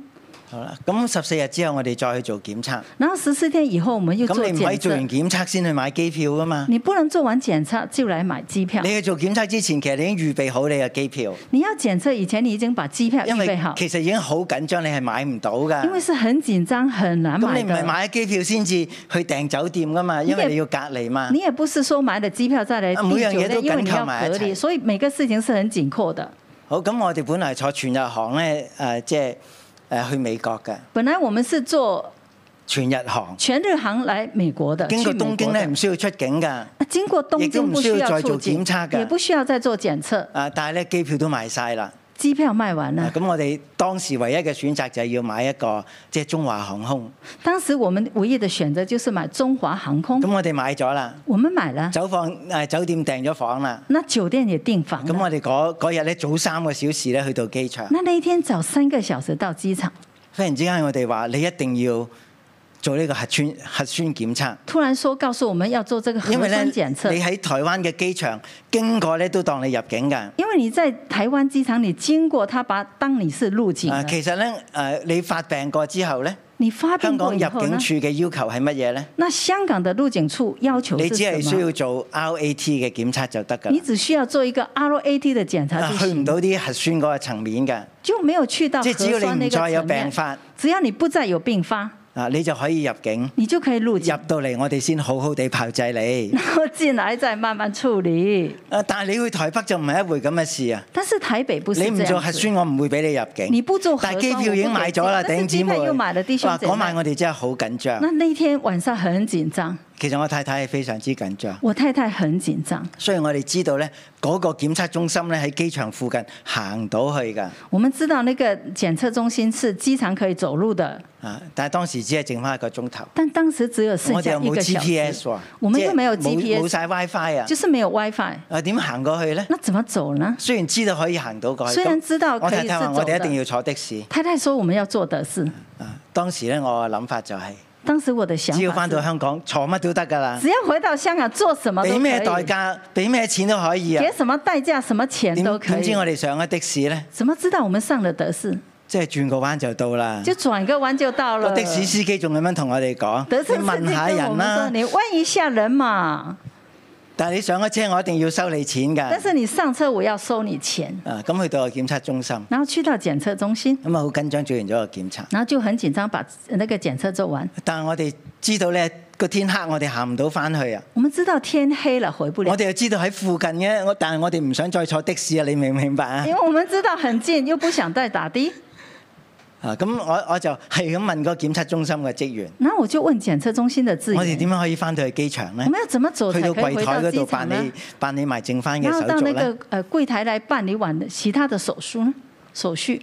Speaker 2: 好啦，咁十四日之後我哋再去做檢測。
Speaker 3: 然後十四天以後，我們又做
Speaker 2: 咁你唔可以
Speaker 3: 檢
Speaker 2: 做
Speaker 3: 測嗯
Speaker 2: 完。檢測先去買機票㗎嘛？
Speaker 3: 你不能做完檢測就來買機票
Speaker 2: 你。去做檢測之前，其實你已經預備好你嘅機票，
Speaker 3: 你要檢測以前，你已經把機票
Speaker 2: 因
Speaker 3: 啊預
Speaker 2: 為
Speaker 3: 備好，
Speaker 2: 其實已經好緊張，你係買唔到
Speaker 3: 因為
Speaker 2: 㗎。
Speaker 3: 是很緊張，很難
Speaker 2: 咁你
Speaker 3: 買
Speaker 2: 唔係
Speaker 3: 的。
Speaker 2: 買咗機票先至去訂酒店㗎嘛？因為你要隔離嘛
Speaker 3: 你。也不是說買了機票再來
Speaker 2: 啊每
Speaker 3: 第
Speaker 2: 樣
Speaker 3: 九
Speaker 2: 嘢都
Speaker 3: 天，因為你
Speaker 2: 緊扣
Speaker 3: 要
Speaker 2: 埋一
Speaker 3: 隔離，
Speaker 2: 齊
Speaker 3: 所以每個事情是很緊迫的。
Speaker 2: 好，咁我哋本來坐全日航咧，誒、即係誒、呃去美國嘅
Speaker 3: 本來我們是坐
Speaker 2: 全日航，
Speaker 3: 全日航來美國的，
Speaker 2: 經過
Speaker 3: 去啊美國
Speaker 2: 東京咧
Speaker 3: 的
Speaker 2: 唔需要出境㗎。
Speaker 3: 啊經過東京不需
Speaker 2: 亦都唔需要再
Speaker 3: 出
Speaker 2: 做
Speaker 3: 境
Speaker 2: 檢測㗎
Speaker 3: 也不需要再做檢測，
Speaker 2: 啊！但係咧機票都賣晒啦，
Speaker 3: 機票賣完
Speaker 2: 啊
Speaker 3: 了。
Speaker 2: 咁我哋當時唯一嘅選擇就係要買一個即係中華航空，
Speaker 3: 當時我們唯一的選擇就是買中華航空，
Speaker 2: 咁我哋買咗啦，
Speaker 3: 我們買了，
Speaker 2: 酒房誒酒店訂咗房啦，
Speaker 3: 那酒店也訂房
Speaker 2: 咁
Speaker 3: 了。
Speaker 2: 我哋嗰嗰日咧早三個小時咧去到機場，
Speaker 3: 那那一天早三個小時到機場，
Speaker 2: 忽然之間我哋話你一定要做呢個核酸核酸檢測，
Speaker 3: 突然說告訴我們要做這個核
Speaker 2: 因為咧
Speaker 3: 酸
Speaker 2: 你
Speaker 3: 檢測，
Speaker 2: 喺台灣嘅機場經過咧都當你入境㗎。
Speaker 3: 因為你在台灣機場，你經過他把當你是入境
Speaker 2: 啊，
Speaker 3: 了，
Speaker 2: 其實咧，誒、你發病過之後咧，
Speaker 3: 你發
Speaker 2: 香港
Speaker 3: 病過
Speaker 2: 入
Speaker 3: 以後呢
Speaker 2: 境？處嘅要求係乜嘢咧？
Speaker 3: 那香港的入境處要求
Speaker 2: 你
Speaker 3: 是
Speaker 2: 只係
Speaker 3: 什
Speaker 2: 需
Speaker 3: 麼？
Speaker 2: 要做 RAT 嘅檢測就得㗎
Speaker 3: 你
Speaker 2: 啦。
Speaker 3: 只需要做一個 RAT 的檢查
Speaker 2: 啊
Speaker 3: 就
Speaker 2: 去唔
Speaker 3: 行，
Speaker 2: 到啲核酸嗰個層面㗎，
Speaker 3: 就沒有去到
Speaker 2: 即
Speaker 3: 啊核
Speaker 2: 係只要
Speaker 3: 酸
Speaker 2: 你唔
Speaker 3: 那個
Speaker 2: 再有
Speaker 3: 層
Speaker 2: 病
Speaker 3: 面。
Speaker 2: 發，
Speaker 3: 只要你不再有病發，
Speaker 2: 啊，你就可以入境。
Speaker 3: 你就可以入境
Speaker 2: 入，到嚟，我哋先好好地炮製 你。
Speaker 3: 然後進來再慢慢處理。
Speaker 2: 啊，但係你去台北就唔係一回咁嘅事啊！
Speaker 3: 但是台北不是
Speaker 2: 你
Speaker 3: 這
Speaker 2: 唔做核
Speaker 3: 樣子，
Speaker 2: 酸，我唔會俾你入
Speaker 3: 你
Speaker 2: 境。
Speaker 3: 不做核
Speaker 2: 但係
Speaker 3: 酸，
Speaker 2: 機票已經買咗啦，
Speaker 3: 我不
Speaker 2: 弟
Speaker 3: 給
Speaker 2: 兄
Speaker 3: 你
Speaker 2: 姊
Speaker 3: 機
Speaker 2: 妹。
Speaker 3: 票又買了，弟兄
Speaker 2: 哇！
Speaker 3: 姐
Speaker 2: 嗰晚
Speaker 3: 妹。
Speaker 2: 我哋真係好緊張。
Speaker 3: 那那一天晚上很緊張，
Speaker 2: 其實我太太係非常之緊張。
Speaker 3: 我太太很緊張。
Speaker 2: 雖然我哋知道咧，嗰個檢測中心咧喺機場附近行到去㗎，
Speaker 3: 我們知道那個檢測中心是機場可以走路的，
Speaker 2: 啊！但係當時只係剩翻一個鐘頭，
Speaker 3: 但當時只有剩
Speaker 2: 我哋
Speaker 3: 下
Speaker 2: 又
Speaker 3: 一
Speaker 2: 冇
Speaker 3: 個小
Speaker 2: GPS
Speaker 3: 時，
Speaker 2: 喎，
Speaker 3: 我們
Speaker 2: 即係
Speaker 3: 又沒有
Speaker 2: 冇
Speaker 3: GPS
Speaker 2: 冇曬 WiFi 啊
Speaker 3: 就，是沒有 WiFi，
Speaker 2: 啊點行過去咧？
Speaker 3: 那怎麼走呢？
Speaker 2: 雖然知道可以行到過去，
Speaker 3: 雖然
Speaker 2: 咁
Speaker 3: 知道
Speaker 2: 我
Speaker 3: 可以
Speaker 2: 太
Speaker 3: 是
Speaker 2: 太話
Speaker 3: 走
Speaker 2: 我哋一
Speaker 3: 的
Speaker 2: 定，要坐的士。
Speaker 3: 太太說我們要做的是，
Speaker 2: 啊，當時咧我嘅諗法就係，
Speaker 3: 當時我的想
Speaker 2: 只要
Speaker 3: 法
Speaker 2: 翻
Speaker 3: 是
Speaker 2: 到香港坐乜都得㗎啦，
Speaker 3: 只要回到香港做什麼都
Speaker 2: 俾
Speaker 3: 可
Speaker 2: 咩代
Speaker 3: 以，
Speaker 2: 價，俾咩錢都可以啊
Speaker 3: 給。什麼代價、什麼錢
Speaker 2: 點
Speaker 3: 都可
Speaker 2: 點知
Speaker 3: 以。
Speaker 2: 我哋上咗的士咧，
Speaker 3: 怎麼知道我們上了德士？
Speaker 2: 即係轉個彎就到啦。
Speaker 3: 就轉個彎就到
Speaker 2: 個
Speaker 3: 了。
Speaker 2: 的士司機仲咁樣同我哋講，
Speaker 3: 德士
Speaker 2: 你問下
Speaker 3: 司機跟我
Speaker 2: 人
Speaker 3: 們
Speaker 2: 啦
Speaker 3: 說：“。你問一下人嘛。”
Speaker 2: 但係你上咗車，我一定要收你錢㗎。
Speaker 3: 但是你上车我要收你钱，
Speaker 2: 啊，咁去到個檢測中心，
Speaker 3: 然後去到檢測中心，
Speaker 2: 咁啊好緊張，做完咗個檢查。
Speaker 3: 然後就很緊張把呃那個檢測做完。
Speaker 2: 但係我哋知道咧，個天黑，我哋行唔到翻去啊。
Speaker 3: 我們知道天黑了回不了
Speaker 2: 我，哋又知道喺附近嘅，我但係我哋唔想再坐的士啊！你明唔明白啊
Speaker 3: 因？為我們知道很近，又不想再打的。
Speaker 2: 啊，咁我我就係咁問個檢測中心嘅職員，
Speaker 3: 然後我就問檢測中心的志
Speaker 2: 我哋
Speaker 3: 願，
Speaker 2: 點樣可以翻到去機場呢
Speaker 3: 我？們要怎麼走
Speaker 2: 去
Speaker 3: 才
Speaker 2: 哎到
Speaker 3: 可
Speaker 2: 櫃
Speaker 3: 以
Speaker 2: 台
Speaker 3: 回
Speaker 2: 嗰
Speaker 3: 到
Speaker 2: 度
Speaker 3: 機
Speaker 2: 辦
Speaker 3: 場
Speaker 2: 理
Speaker 3: 呢？
Speaker 2: 辦理埋剩翻嘅
Speaker 3: 然後
Speaker 2: 手
Speaker 3: 到那
Speaker 2: 續呢？
Speaker 3: 個呃櫃台來辦理完的其他的手術呢？手續。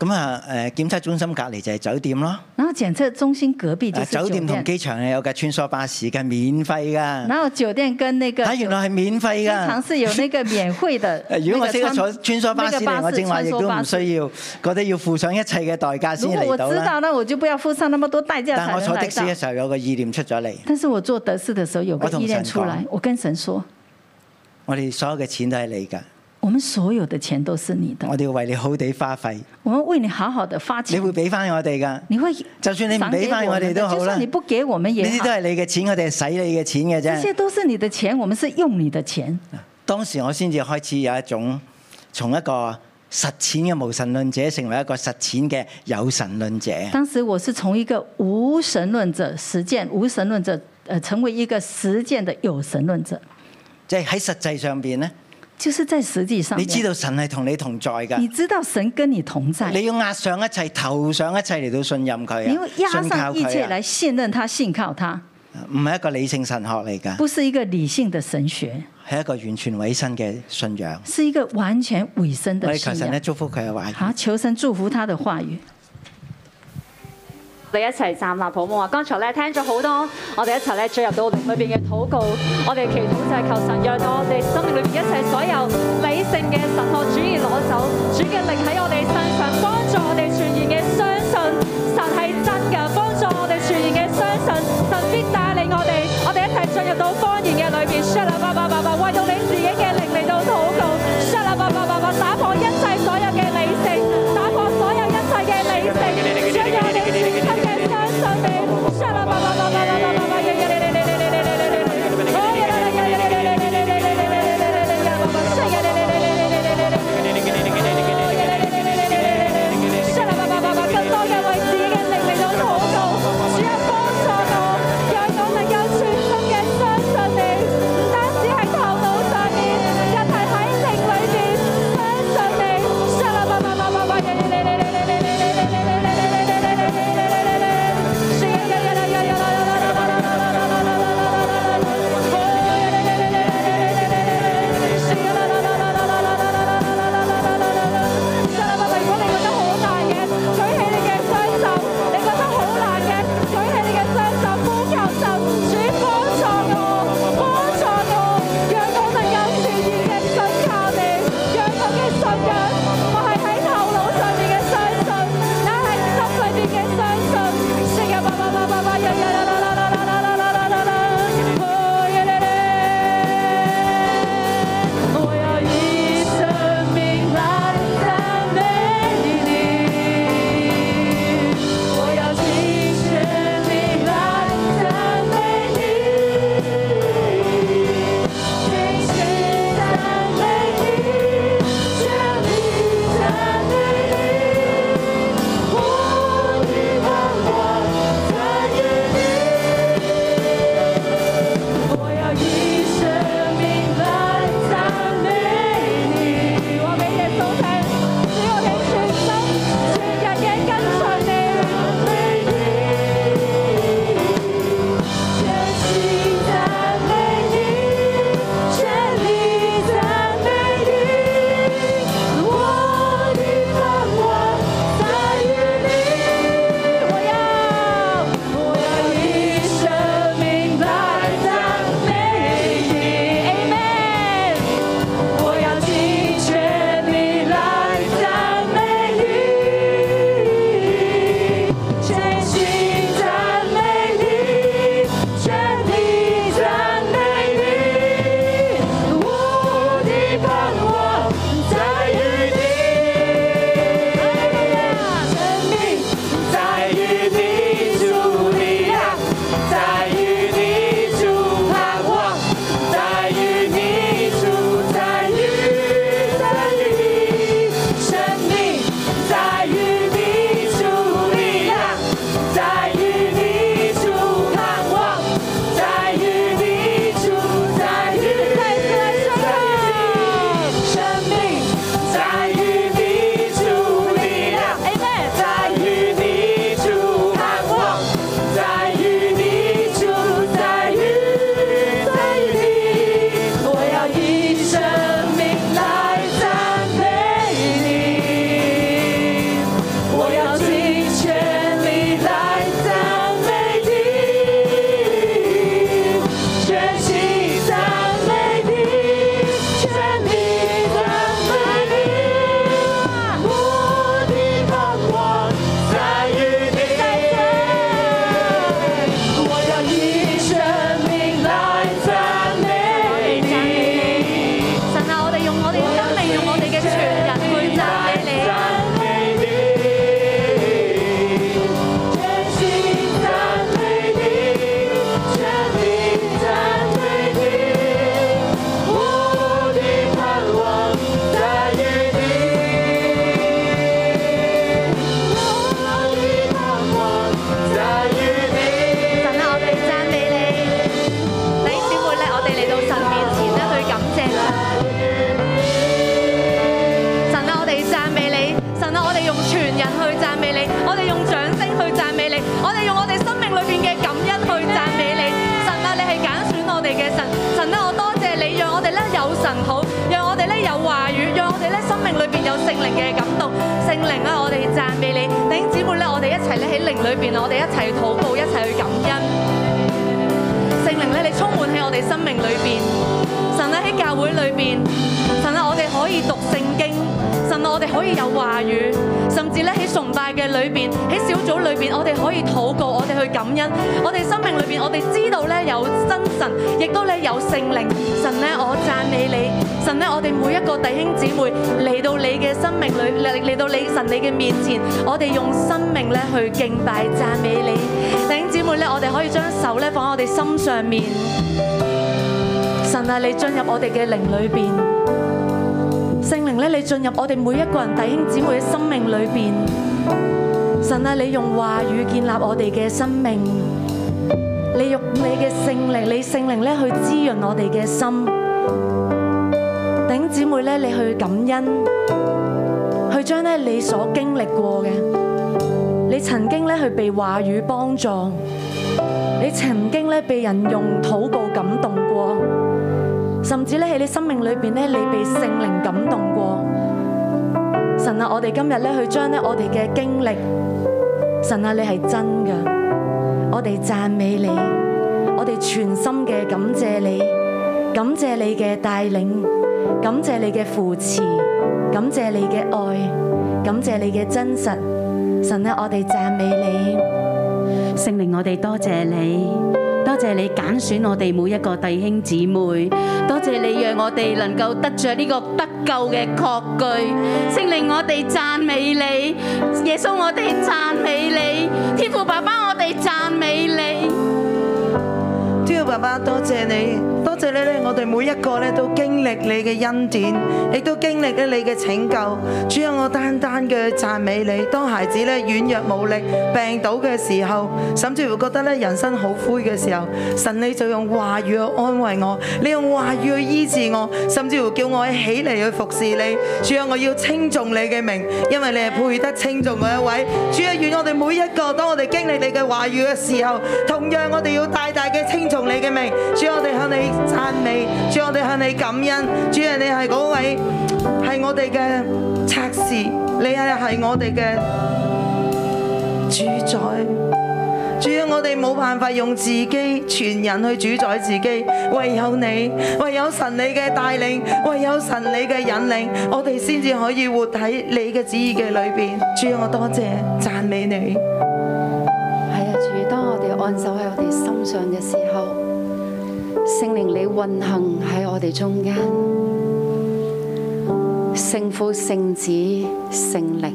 Speaker 2: 咁啊誒檢測中心隔離就係酒店咯。
Speaker 3: 然後檢測中心隔壁就
Speaker 2: 啊
Speaker 3: 是酒
Speaker 2: 酒店同機場係有架穿梭巴士嘅，免費㗎。
Speaker 3: 然後酒店跟那個
Speaker 2: 啊，原來係免費
Speaker 3: 經常
Speaker 2: 㗎。。
Speaker 3: 是有那個免費的
Speaker 2: 哎如果我識得坐
Speaker 3: 那個
Speaker 2: 穿梭巴士
Speaker 3: 那
Speaker 2: 嚟，
Speaker 3: 個
Speaker 2: 我正話亦
Speaker 3: 穿梭
Speaker 2: 都唔
Speaker 3: 巴士
Speaker 2: 需要，覺得要付上一切嘅代價先
Speaker 3: 如果我
Speaker 2: 嚟到
Speaker 3: 知
Speaker 2: 啦。
Speaker 3: 道，那我就不要付上那麼多代價才
Speaker 2: 但我
Speaker 3: 能
Speaker 2: 坐的
Speaker 3: 來
Speaker 2: 士
Speaker 3: 到
Speaker 2: 嘅。時候有個意念出咗嚟，
Speaker 3: 但是我做德式的時候有個
Speaker 2: 我同
Speaker 3: 意念
Speaker 2: 神
Speaker 3: 出來
Speaker 2: 講，
Speaker 3: 我跟神說：
Speaker 2: 我哋所有嘅錢都係你㗎，
Speaker 3: 我們所有的錢都是你的，
Speaker 2: 我哋要為你好地花費，
Speaker 3: 我們為你好好的發
Speaker 2: 你
Speaker 3: 錢，
Speaker 2: 會俾翻我哋㗎。
Speaker 3: 你會
Speaker 2: 就算你唔
Speaker 3: 賞給
Speaker 2: 俾翻
Speaker 3: 我
Speaker 2: 我
Speaker 3: 們
Speaker 2: 哋都
Speaker 3: 的，
Speaker 2: 好
Speaker 3: 就
Speaker 2: 啦，
Speaker 3: 算你
Speaker 2: 呢
Speaker 3: 不給我們也
Speaker 2: 啲
Speaker 3: 好
Speaker 2: 都，係你嘅錢，我哋係使你嘅錢嘅
Speaker 3: 這
Speaker 2: 啫
Speaker 3: 些。都是你的錢，我們是用你的錢。
Speaker 2: 哎當時我先至開始有一種從一個實踐嘅無神論者成為一個實踐嘅有神論者。
Speaker 3: 當時我是從一個無神論者實踐無神論者，呃，成為一個實踐的有神論者，
Speaker 2: 即係喺實際上邊咧，
Speaker 3: 就是在實際上
Speaker 2: 你
Speaker 3: 面，
Speaker 2: 知道神係同你同在
Speaker 3: 你
Speaker 2: 㗎，
Speaker 3: 知道神跟你同在，
Speaker 2: 你要壓上一切，投上一切嚟到信任
Speaker 3: 你
Speaker 2: 佢
Speaker 3: 要
Speaker 2: 啊，
Speaker 3: 壓
Speaker 2: 信靠
Speaker 3: 上一切
Speaker 2: 佢啊，
Speaker 3: 來信任他、信靠他，
Speaker 2: 唔係一個理性神學嚟㗎，
Speaker 3: 不是一個理性的神學，
Speaker 2: 係一個完全委身嘅信仰。
Speaker 3: 是一個完全委身
Speaker 2: 我
Speaker 3: 的
Speaker 2: 哋求
Speaker 3: 信
Speaker 2: 神咧
Speaker 3: 仰。
Speaker 2: 祝福佢嘅話語
Speaker 3: 好，求神祝福他的話語。
Speaker 4: 我哋一齊站立好唔好啊？剛才咧聽咗好多，我哋一齊咧進入到裏邊嘅禱告，我哋祈禱就係求神讓到我哋生命裏邊一切所有理性嘅神學主義攞走，主嘅力喺我哋身上，幫助我哋全然嘅相信神係真嘅，幫助我哋全然嘅相信神必帶領我哋，我哋一齊進入到方言嘅裏邊，shut up 吧吧吧吧，為到你自己嘅靈嚟到禱告，shut up 吧吧吧吧，打破一切所有嘅理性，打破所有一切嘅理性，將我哋全心嘅相信你，shut up 吧吧吧吧吧吧吧，Shut
Speaker 5: 啊啊啊原來啊我哋一齊去禱告，一齊去感恩。聖靈咧，你充滿喺我哋生命裏邊。神咧喺教會裏邊，神啊，我哋可以讀聖經，神啊，我哋可以有話語，甚至咧喺崇拜嘅裏邊，喺小組裏邊，我哋可以禱告，我哋去感恩，我哋生命裏邊，我哋知道咧有真神，亦都咧有聖靈。神咧，我讚美你，神咧，我哋每一個弟兄姊妹嚟到你嘅生命裏，嚟嚟到你神你嘅面前，我哋用生命咧去敬拜讚美你。弟兄姊妹咧，我哋可以將手咧放喺我哋心上面。神啊，你進入我哋嘅靈裏邊，聖靈咧，你進入我哋每一個人弟兄姊妹嘅生命裏邊。神啊，你用話語建立我哋嘅生命，你用你嘅聖靈，你聖靈咧去滋潤我哋嘅心。弟兄姊妹咧，你去感恩，去將咧你所經歷過嘅，你曾經咧去被話語幫助，你曾經咧被人用禱告感動過。甚至咧喺你生命裏邊咧，你被聖靈感動過。神啊，我哋今日咧去將咧我哋嘅經歷，神啊，你係真嘅，我哋讚美你，我哋全心嘅感謝你，感謝你嘅帶領，感謝你嘅扶持，感謝你嘅愛，感謝你嘅真實。神啊，我哋讚美你。
Speaker 6: 聖靈，我哋多謝你，多謝你揀選我哋每一個弟兄姊妹，多謝你讓我哋能夠得着呢個得救嘅確據。聖靈，我哋讚美你，耶穌，我哋讚美你，天父爸爸，我哋讚美你。
Speaker 7: 天父啊爸爸，多謝你，多謝你咧，我哋每一個咧都經歷你嘅恩典，亦都經歷咧你嘅拯救。主啊，我單單嘅讚美你。當孩子咧軟弱無力、病倒嘅時候，甚至乎覺得咧人生好灰嘅時候，神你就用話語去安慰我，你用話語去醫治我，甚至乎叫我起嚟去服侍你。主啊，我要稱頌你嘅名，因為你係配得稱頌嗰一位。主啊，願我哋每一個當我哋經歷你嘅話語嘅時候，同樣我哋要大大嘅稱頌你嘅名。主啊，我哋向你讚美，主啊，我哋向你感恩。主啊，你係嗰位係我哋嘅測試，你係係我哋嘅主宰。主啊，我哋冇辦法用自己全人去主宰自己，唯有你，唯有神你嘅帶領，唯有神你嘅引領，我哋先至可以活喺你嘅旨意嘅裏邊。主啊，我多謝讚美你。
Speaker 8: 係啊，主，當我哋按手喺我哋心上嘅時候，聖靈你運行喺我哋中間，聖父、聖子、聖靈，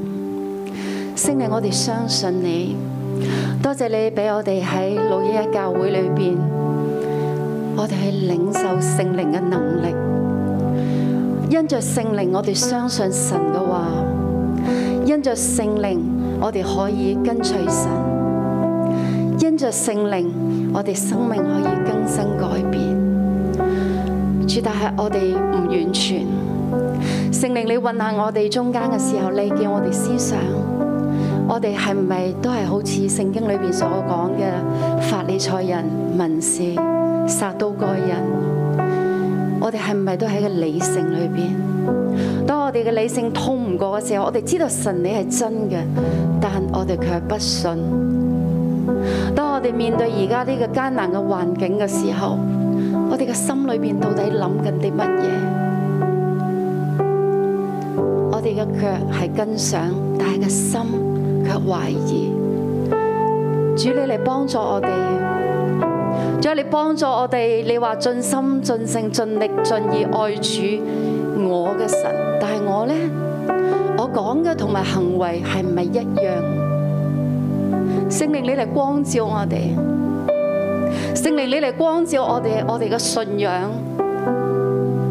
Speaker 8: 聖靈，我哋相信你，多謝你俾我哋喺老一一教會裏邊，我哋去領受聖靈嘅能力，因着聖靈，我哋相信神嘅話，因着聖靈，我哋可以跟隨神。因着聖靈，我哋生命可以更新改變。主，但係我哋唔完全。聖靈，你運行我哋中間嘅時候，你叫我哋思想，我哋係咪都係好似聖經裏邊所講嘅法利賽人、文士、撒都該人？我哋係咪都喺個理性裏邊？當我哋嘅理性通唔過嘅時候，我哋知道神你係真嘅，但我哋卻不信。當我哋面對而家呢個艱難嘅環境嘅時候，我哋嘅心裏邊到底諗緊啲乜嘢？我哋嘅腳係跟上，但係個心卻懷疑。主你嚟幫助我哋，主你幫助我哋。你話盡心、盡性、盡力、盡意愛主我嘅神，但係我呢，我講嘅同埋行為係唔係一樣？聖靈你嚟光照我哋，聖靈你嚟光照我哋，我哋嘅信仰，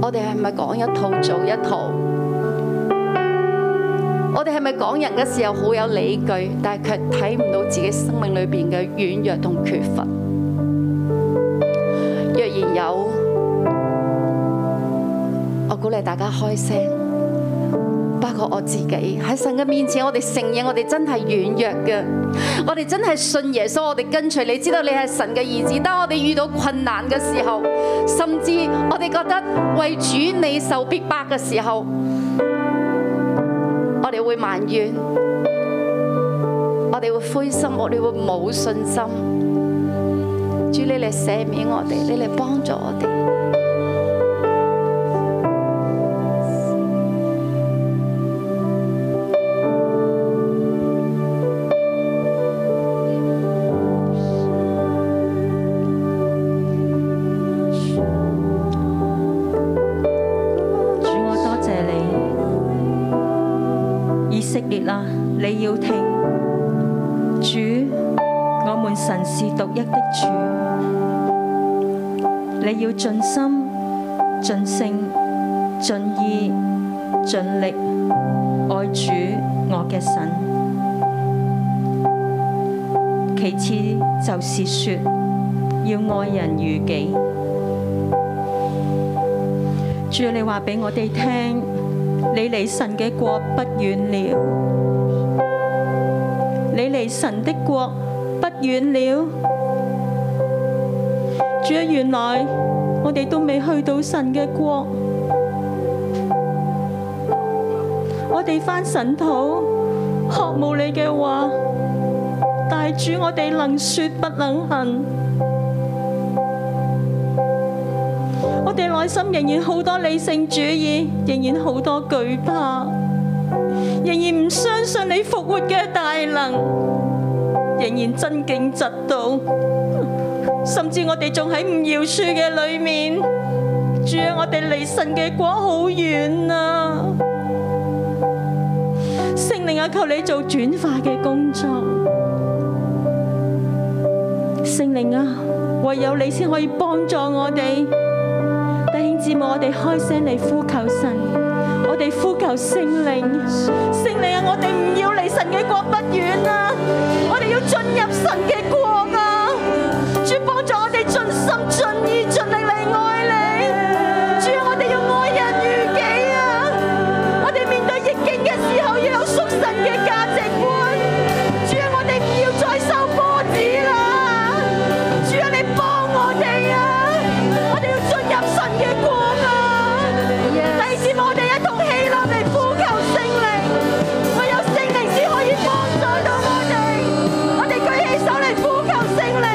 Speaker 8: 我哋係咪講一套做一套？我哋係咪講人嘅時候好有理據，但係卻睇唔到自己生命裏邊嘅軟弱同缺乏？若然有，我鼓勵大家開聲。包括我自己喺神嘅面前，我哋承認我哋真係軟弱嘅，我哋真係信耶穌，我哋跟隨你，知道你係神嘅兒子。當我哋遇到困難嘅時候，甚至我哋覺得為主你受逼迫嘅時候，我哋會埋怨，我我哋會灰心，我哋會冇信心。主，你嚟赦免我哋，你嚟幫助我哋。
Speaker 9: 主，我多謝你，以色列啊，你要聽，主，我們神是獨一的主，你要盡心、盡性、盡意、盡力愛主我嘅神。其次就是說，要愛人如己。主你話俾我哋聽，你離神嘅國不遠了，你離神的國不遠了。主啊，原來我哋都未去到神嘅國，我哋翻神土學慕你嘅話，但係主我哋能說不能行。我哋內心仍然好多理性主義，仍然好多懼怕，仍然唔相信你復活嘅大能，仍然真敬嫉妒，甚至我哋仲喺唔饒恕嘅裏面。主啊，我哋離神嘅果好遠啊！聖靈啊，求你做轉化嘅工作。聖靈啊，唯有你先可以幫助我哋。弟兄姊妹，我哋開聲嚟呼求神，我哋呼求聖靈，聖靈啊，我哋唔要離神嘅國不遠啊，我哋要進入神嘅國啊！主幫助我哋盡心盡意盡力嚟愛你，主我哋要愛人如己啊！我哋面對逆境嘅時候要有屬神嘅價值觀，主啊，我哋唔要再受波子啦！主啊，你幫我哋啊！我哋要進入神嘅國啊！第二節我哋一同起立嚟呼求聖靈，唯有聖靈先可以幫助到我哋。我哋舉起手嚟呼求聖靈，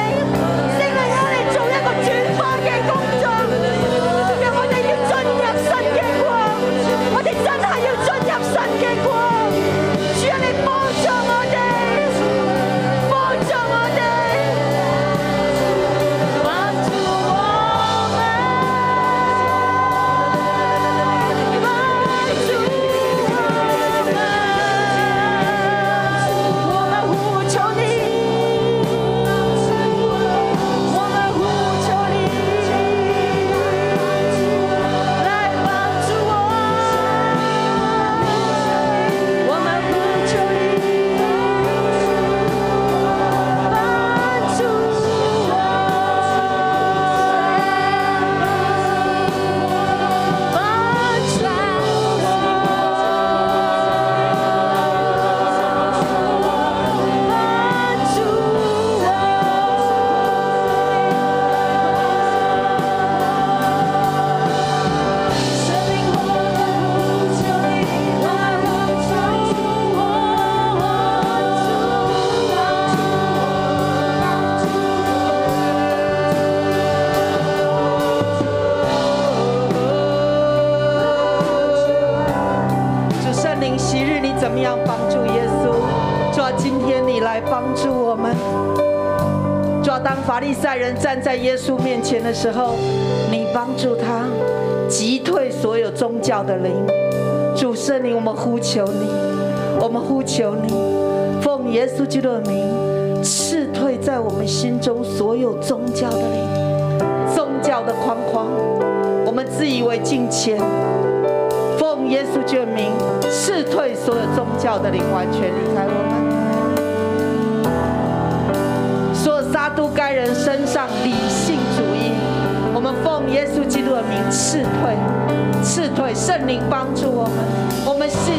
Speaker 9: 聖靈我哋做一個轉化嘅工作，讓我哋要進入神嘅國，我哋真係要進入神嘅國。主啊，你幫助我哋，幫助我哋。Run to woman, run to woman，我们呼求你，我们呼求你，来帮助我，我们呼求你。帮助我，帮助我，帮助我，生命我们呼求你，我们呼求我，帮助我。
Speaker 10: 主圣灵昔日你怎么样帮助耶稣？主啊，今天你来帮助我们。主啊，当法利赛人站在耶稣面前的时候，你帮助他击退所有宗教的灵。主圣灵，我们呼求你，我们呼求你，奉耶稣基督的名，斥退在我们心中所有宗教的灵、宗教的框框，我们自以为敬虔。奉耶稣救名，斥退所有宗教的灵，完全离开我们。所有撒都该人身上理性主义，我们奉耶稣基督的名斥退，斥退圣灵帮助我们，我们信，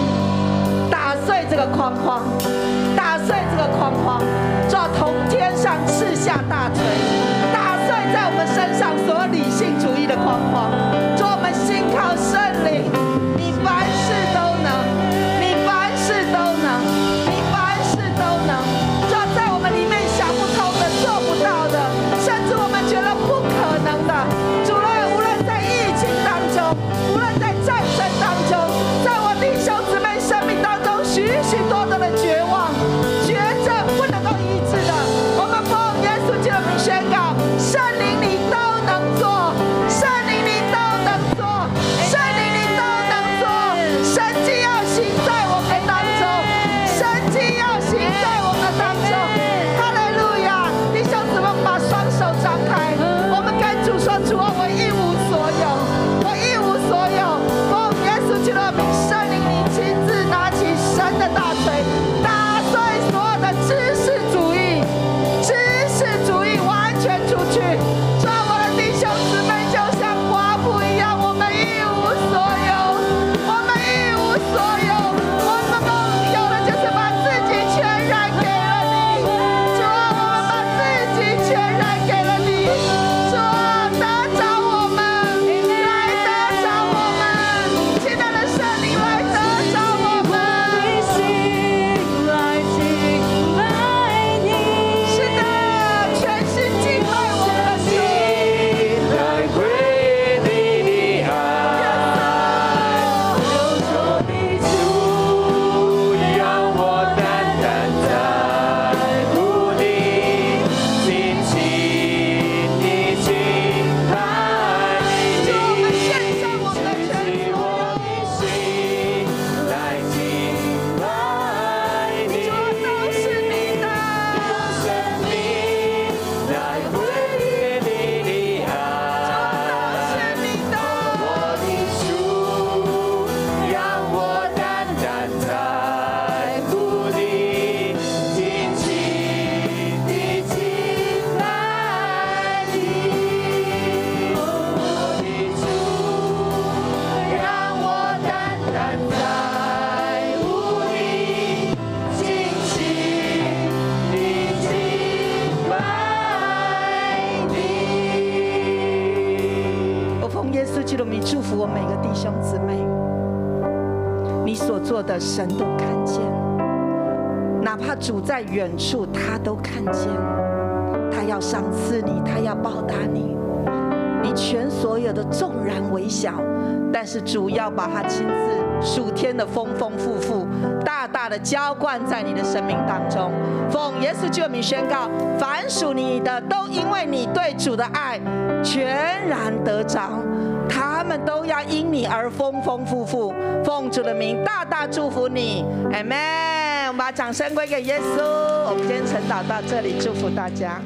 Speaker 10: 打碎这个框框，打碎这个框框，抓啊从天上刺下大锤，打碎在我们身上所有理性主义的框框，做我们信靠圣灵，你凡事都能，你凡事都能，你凡事都能。
Speaker 9: 啊
Speaker 10: 啊啊
Speaker 9: 啊啊
Speaker 10: 弟兄姊妹，你所做的神都看见，哪怕主在远处，他都看见，他要赏赐你，他要报答你，你全所有的纵然微小，但是主要把它亲自属天的丰丰富富，大大的浇灌在你的生命当中。奉耶稣救名宣告，凡属你的都因为你对主的爱全然得着，他们都要因你而丰丰富富。奉主的名大大祝福你，Amen。我们把掌声归给耶稣。我们今天晨祷到这里，祝福大家。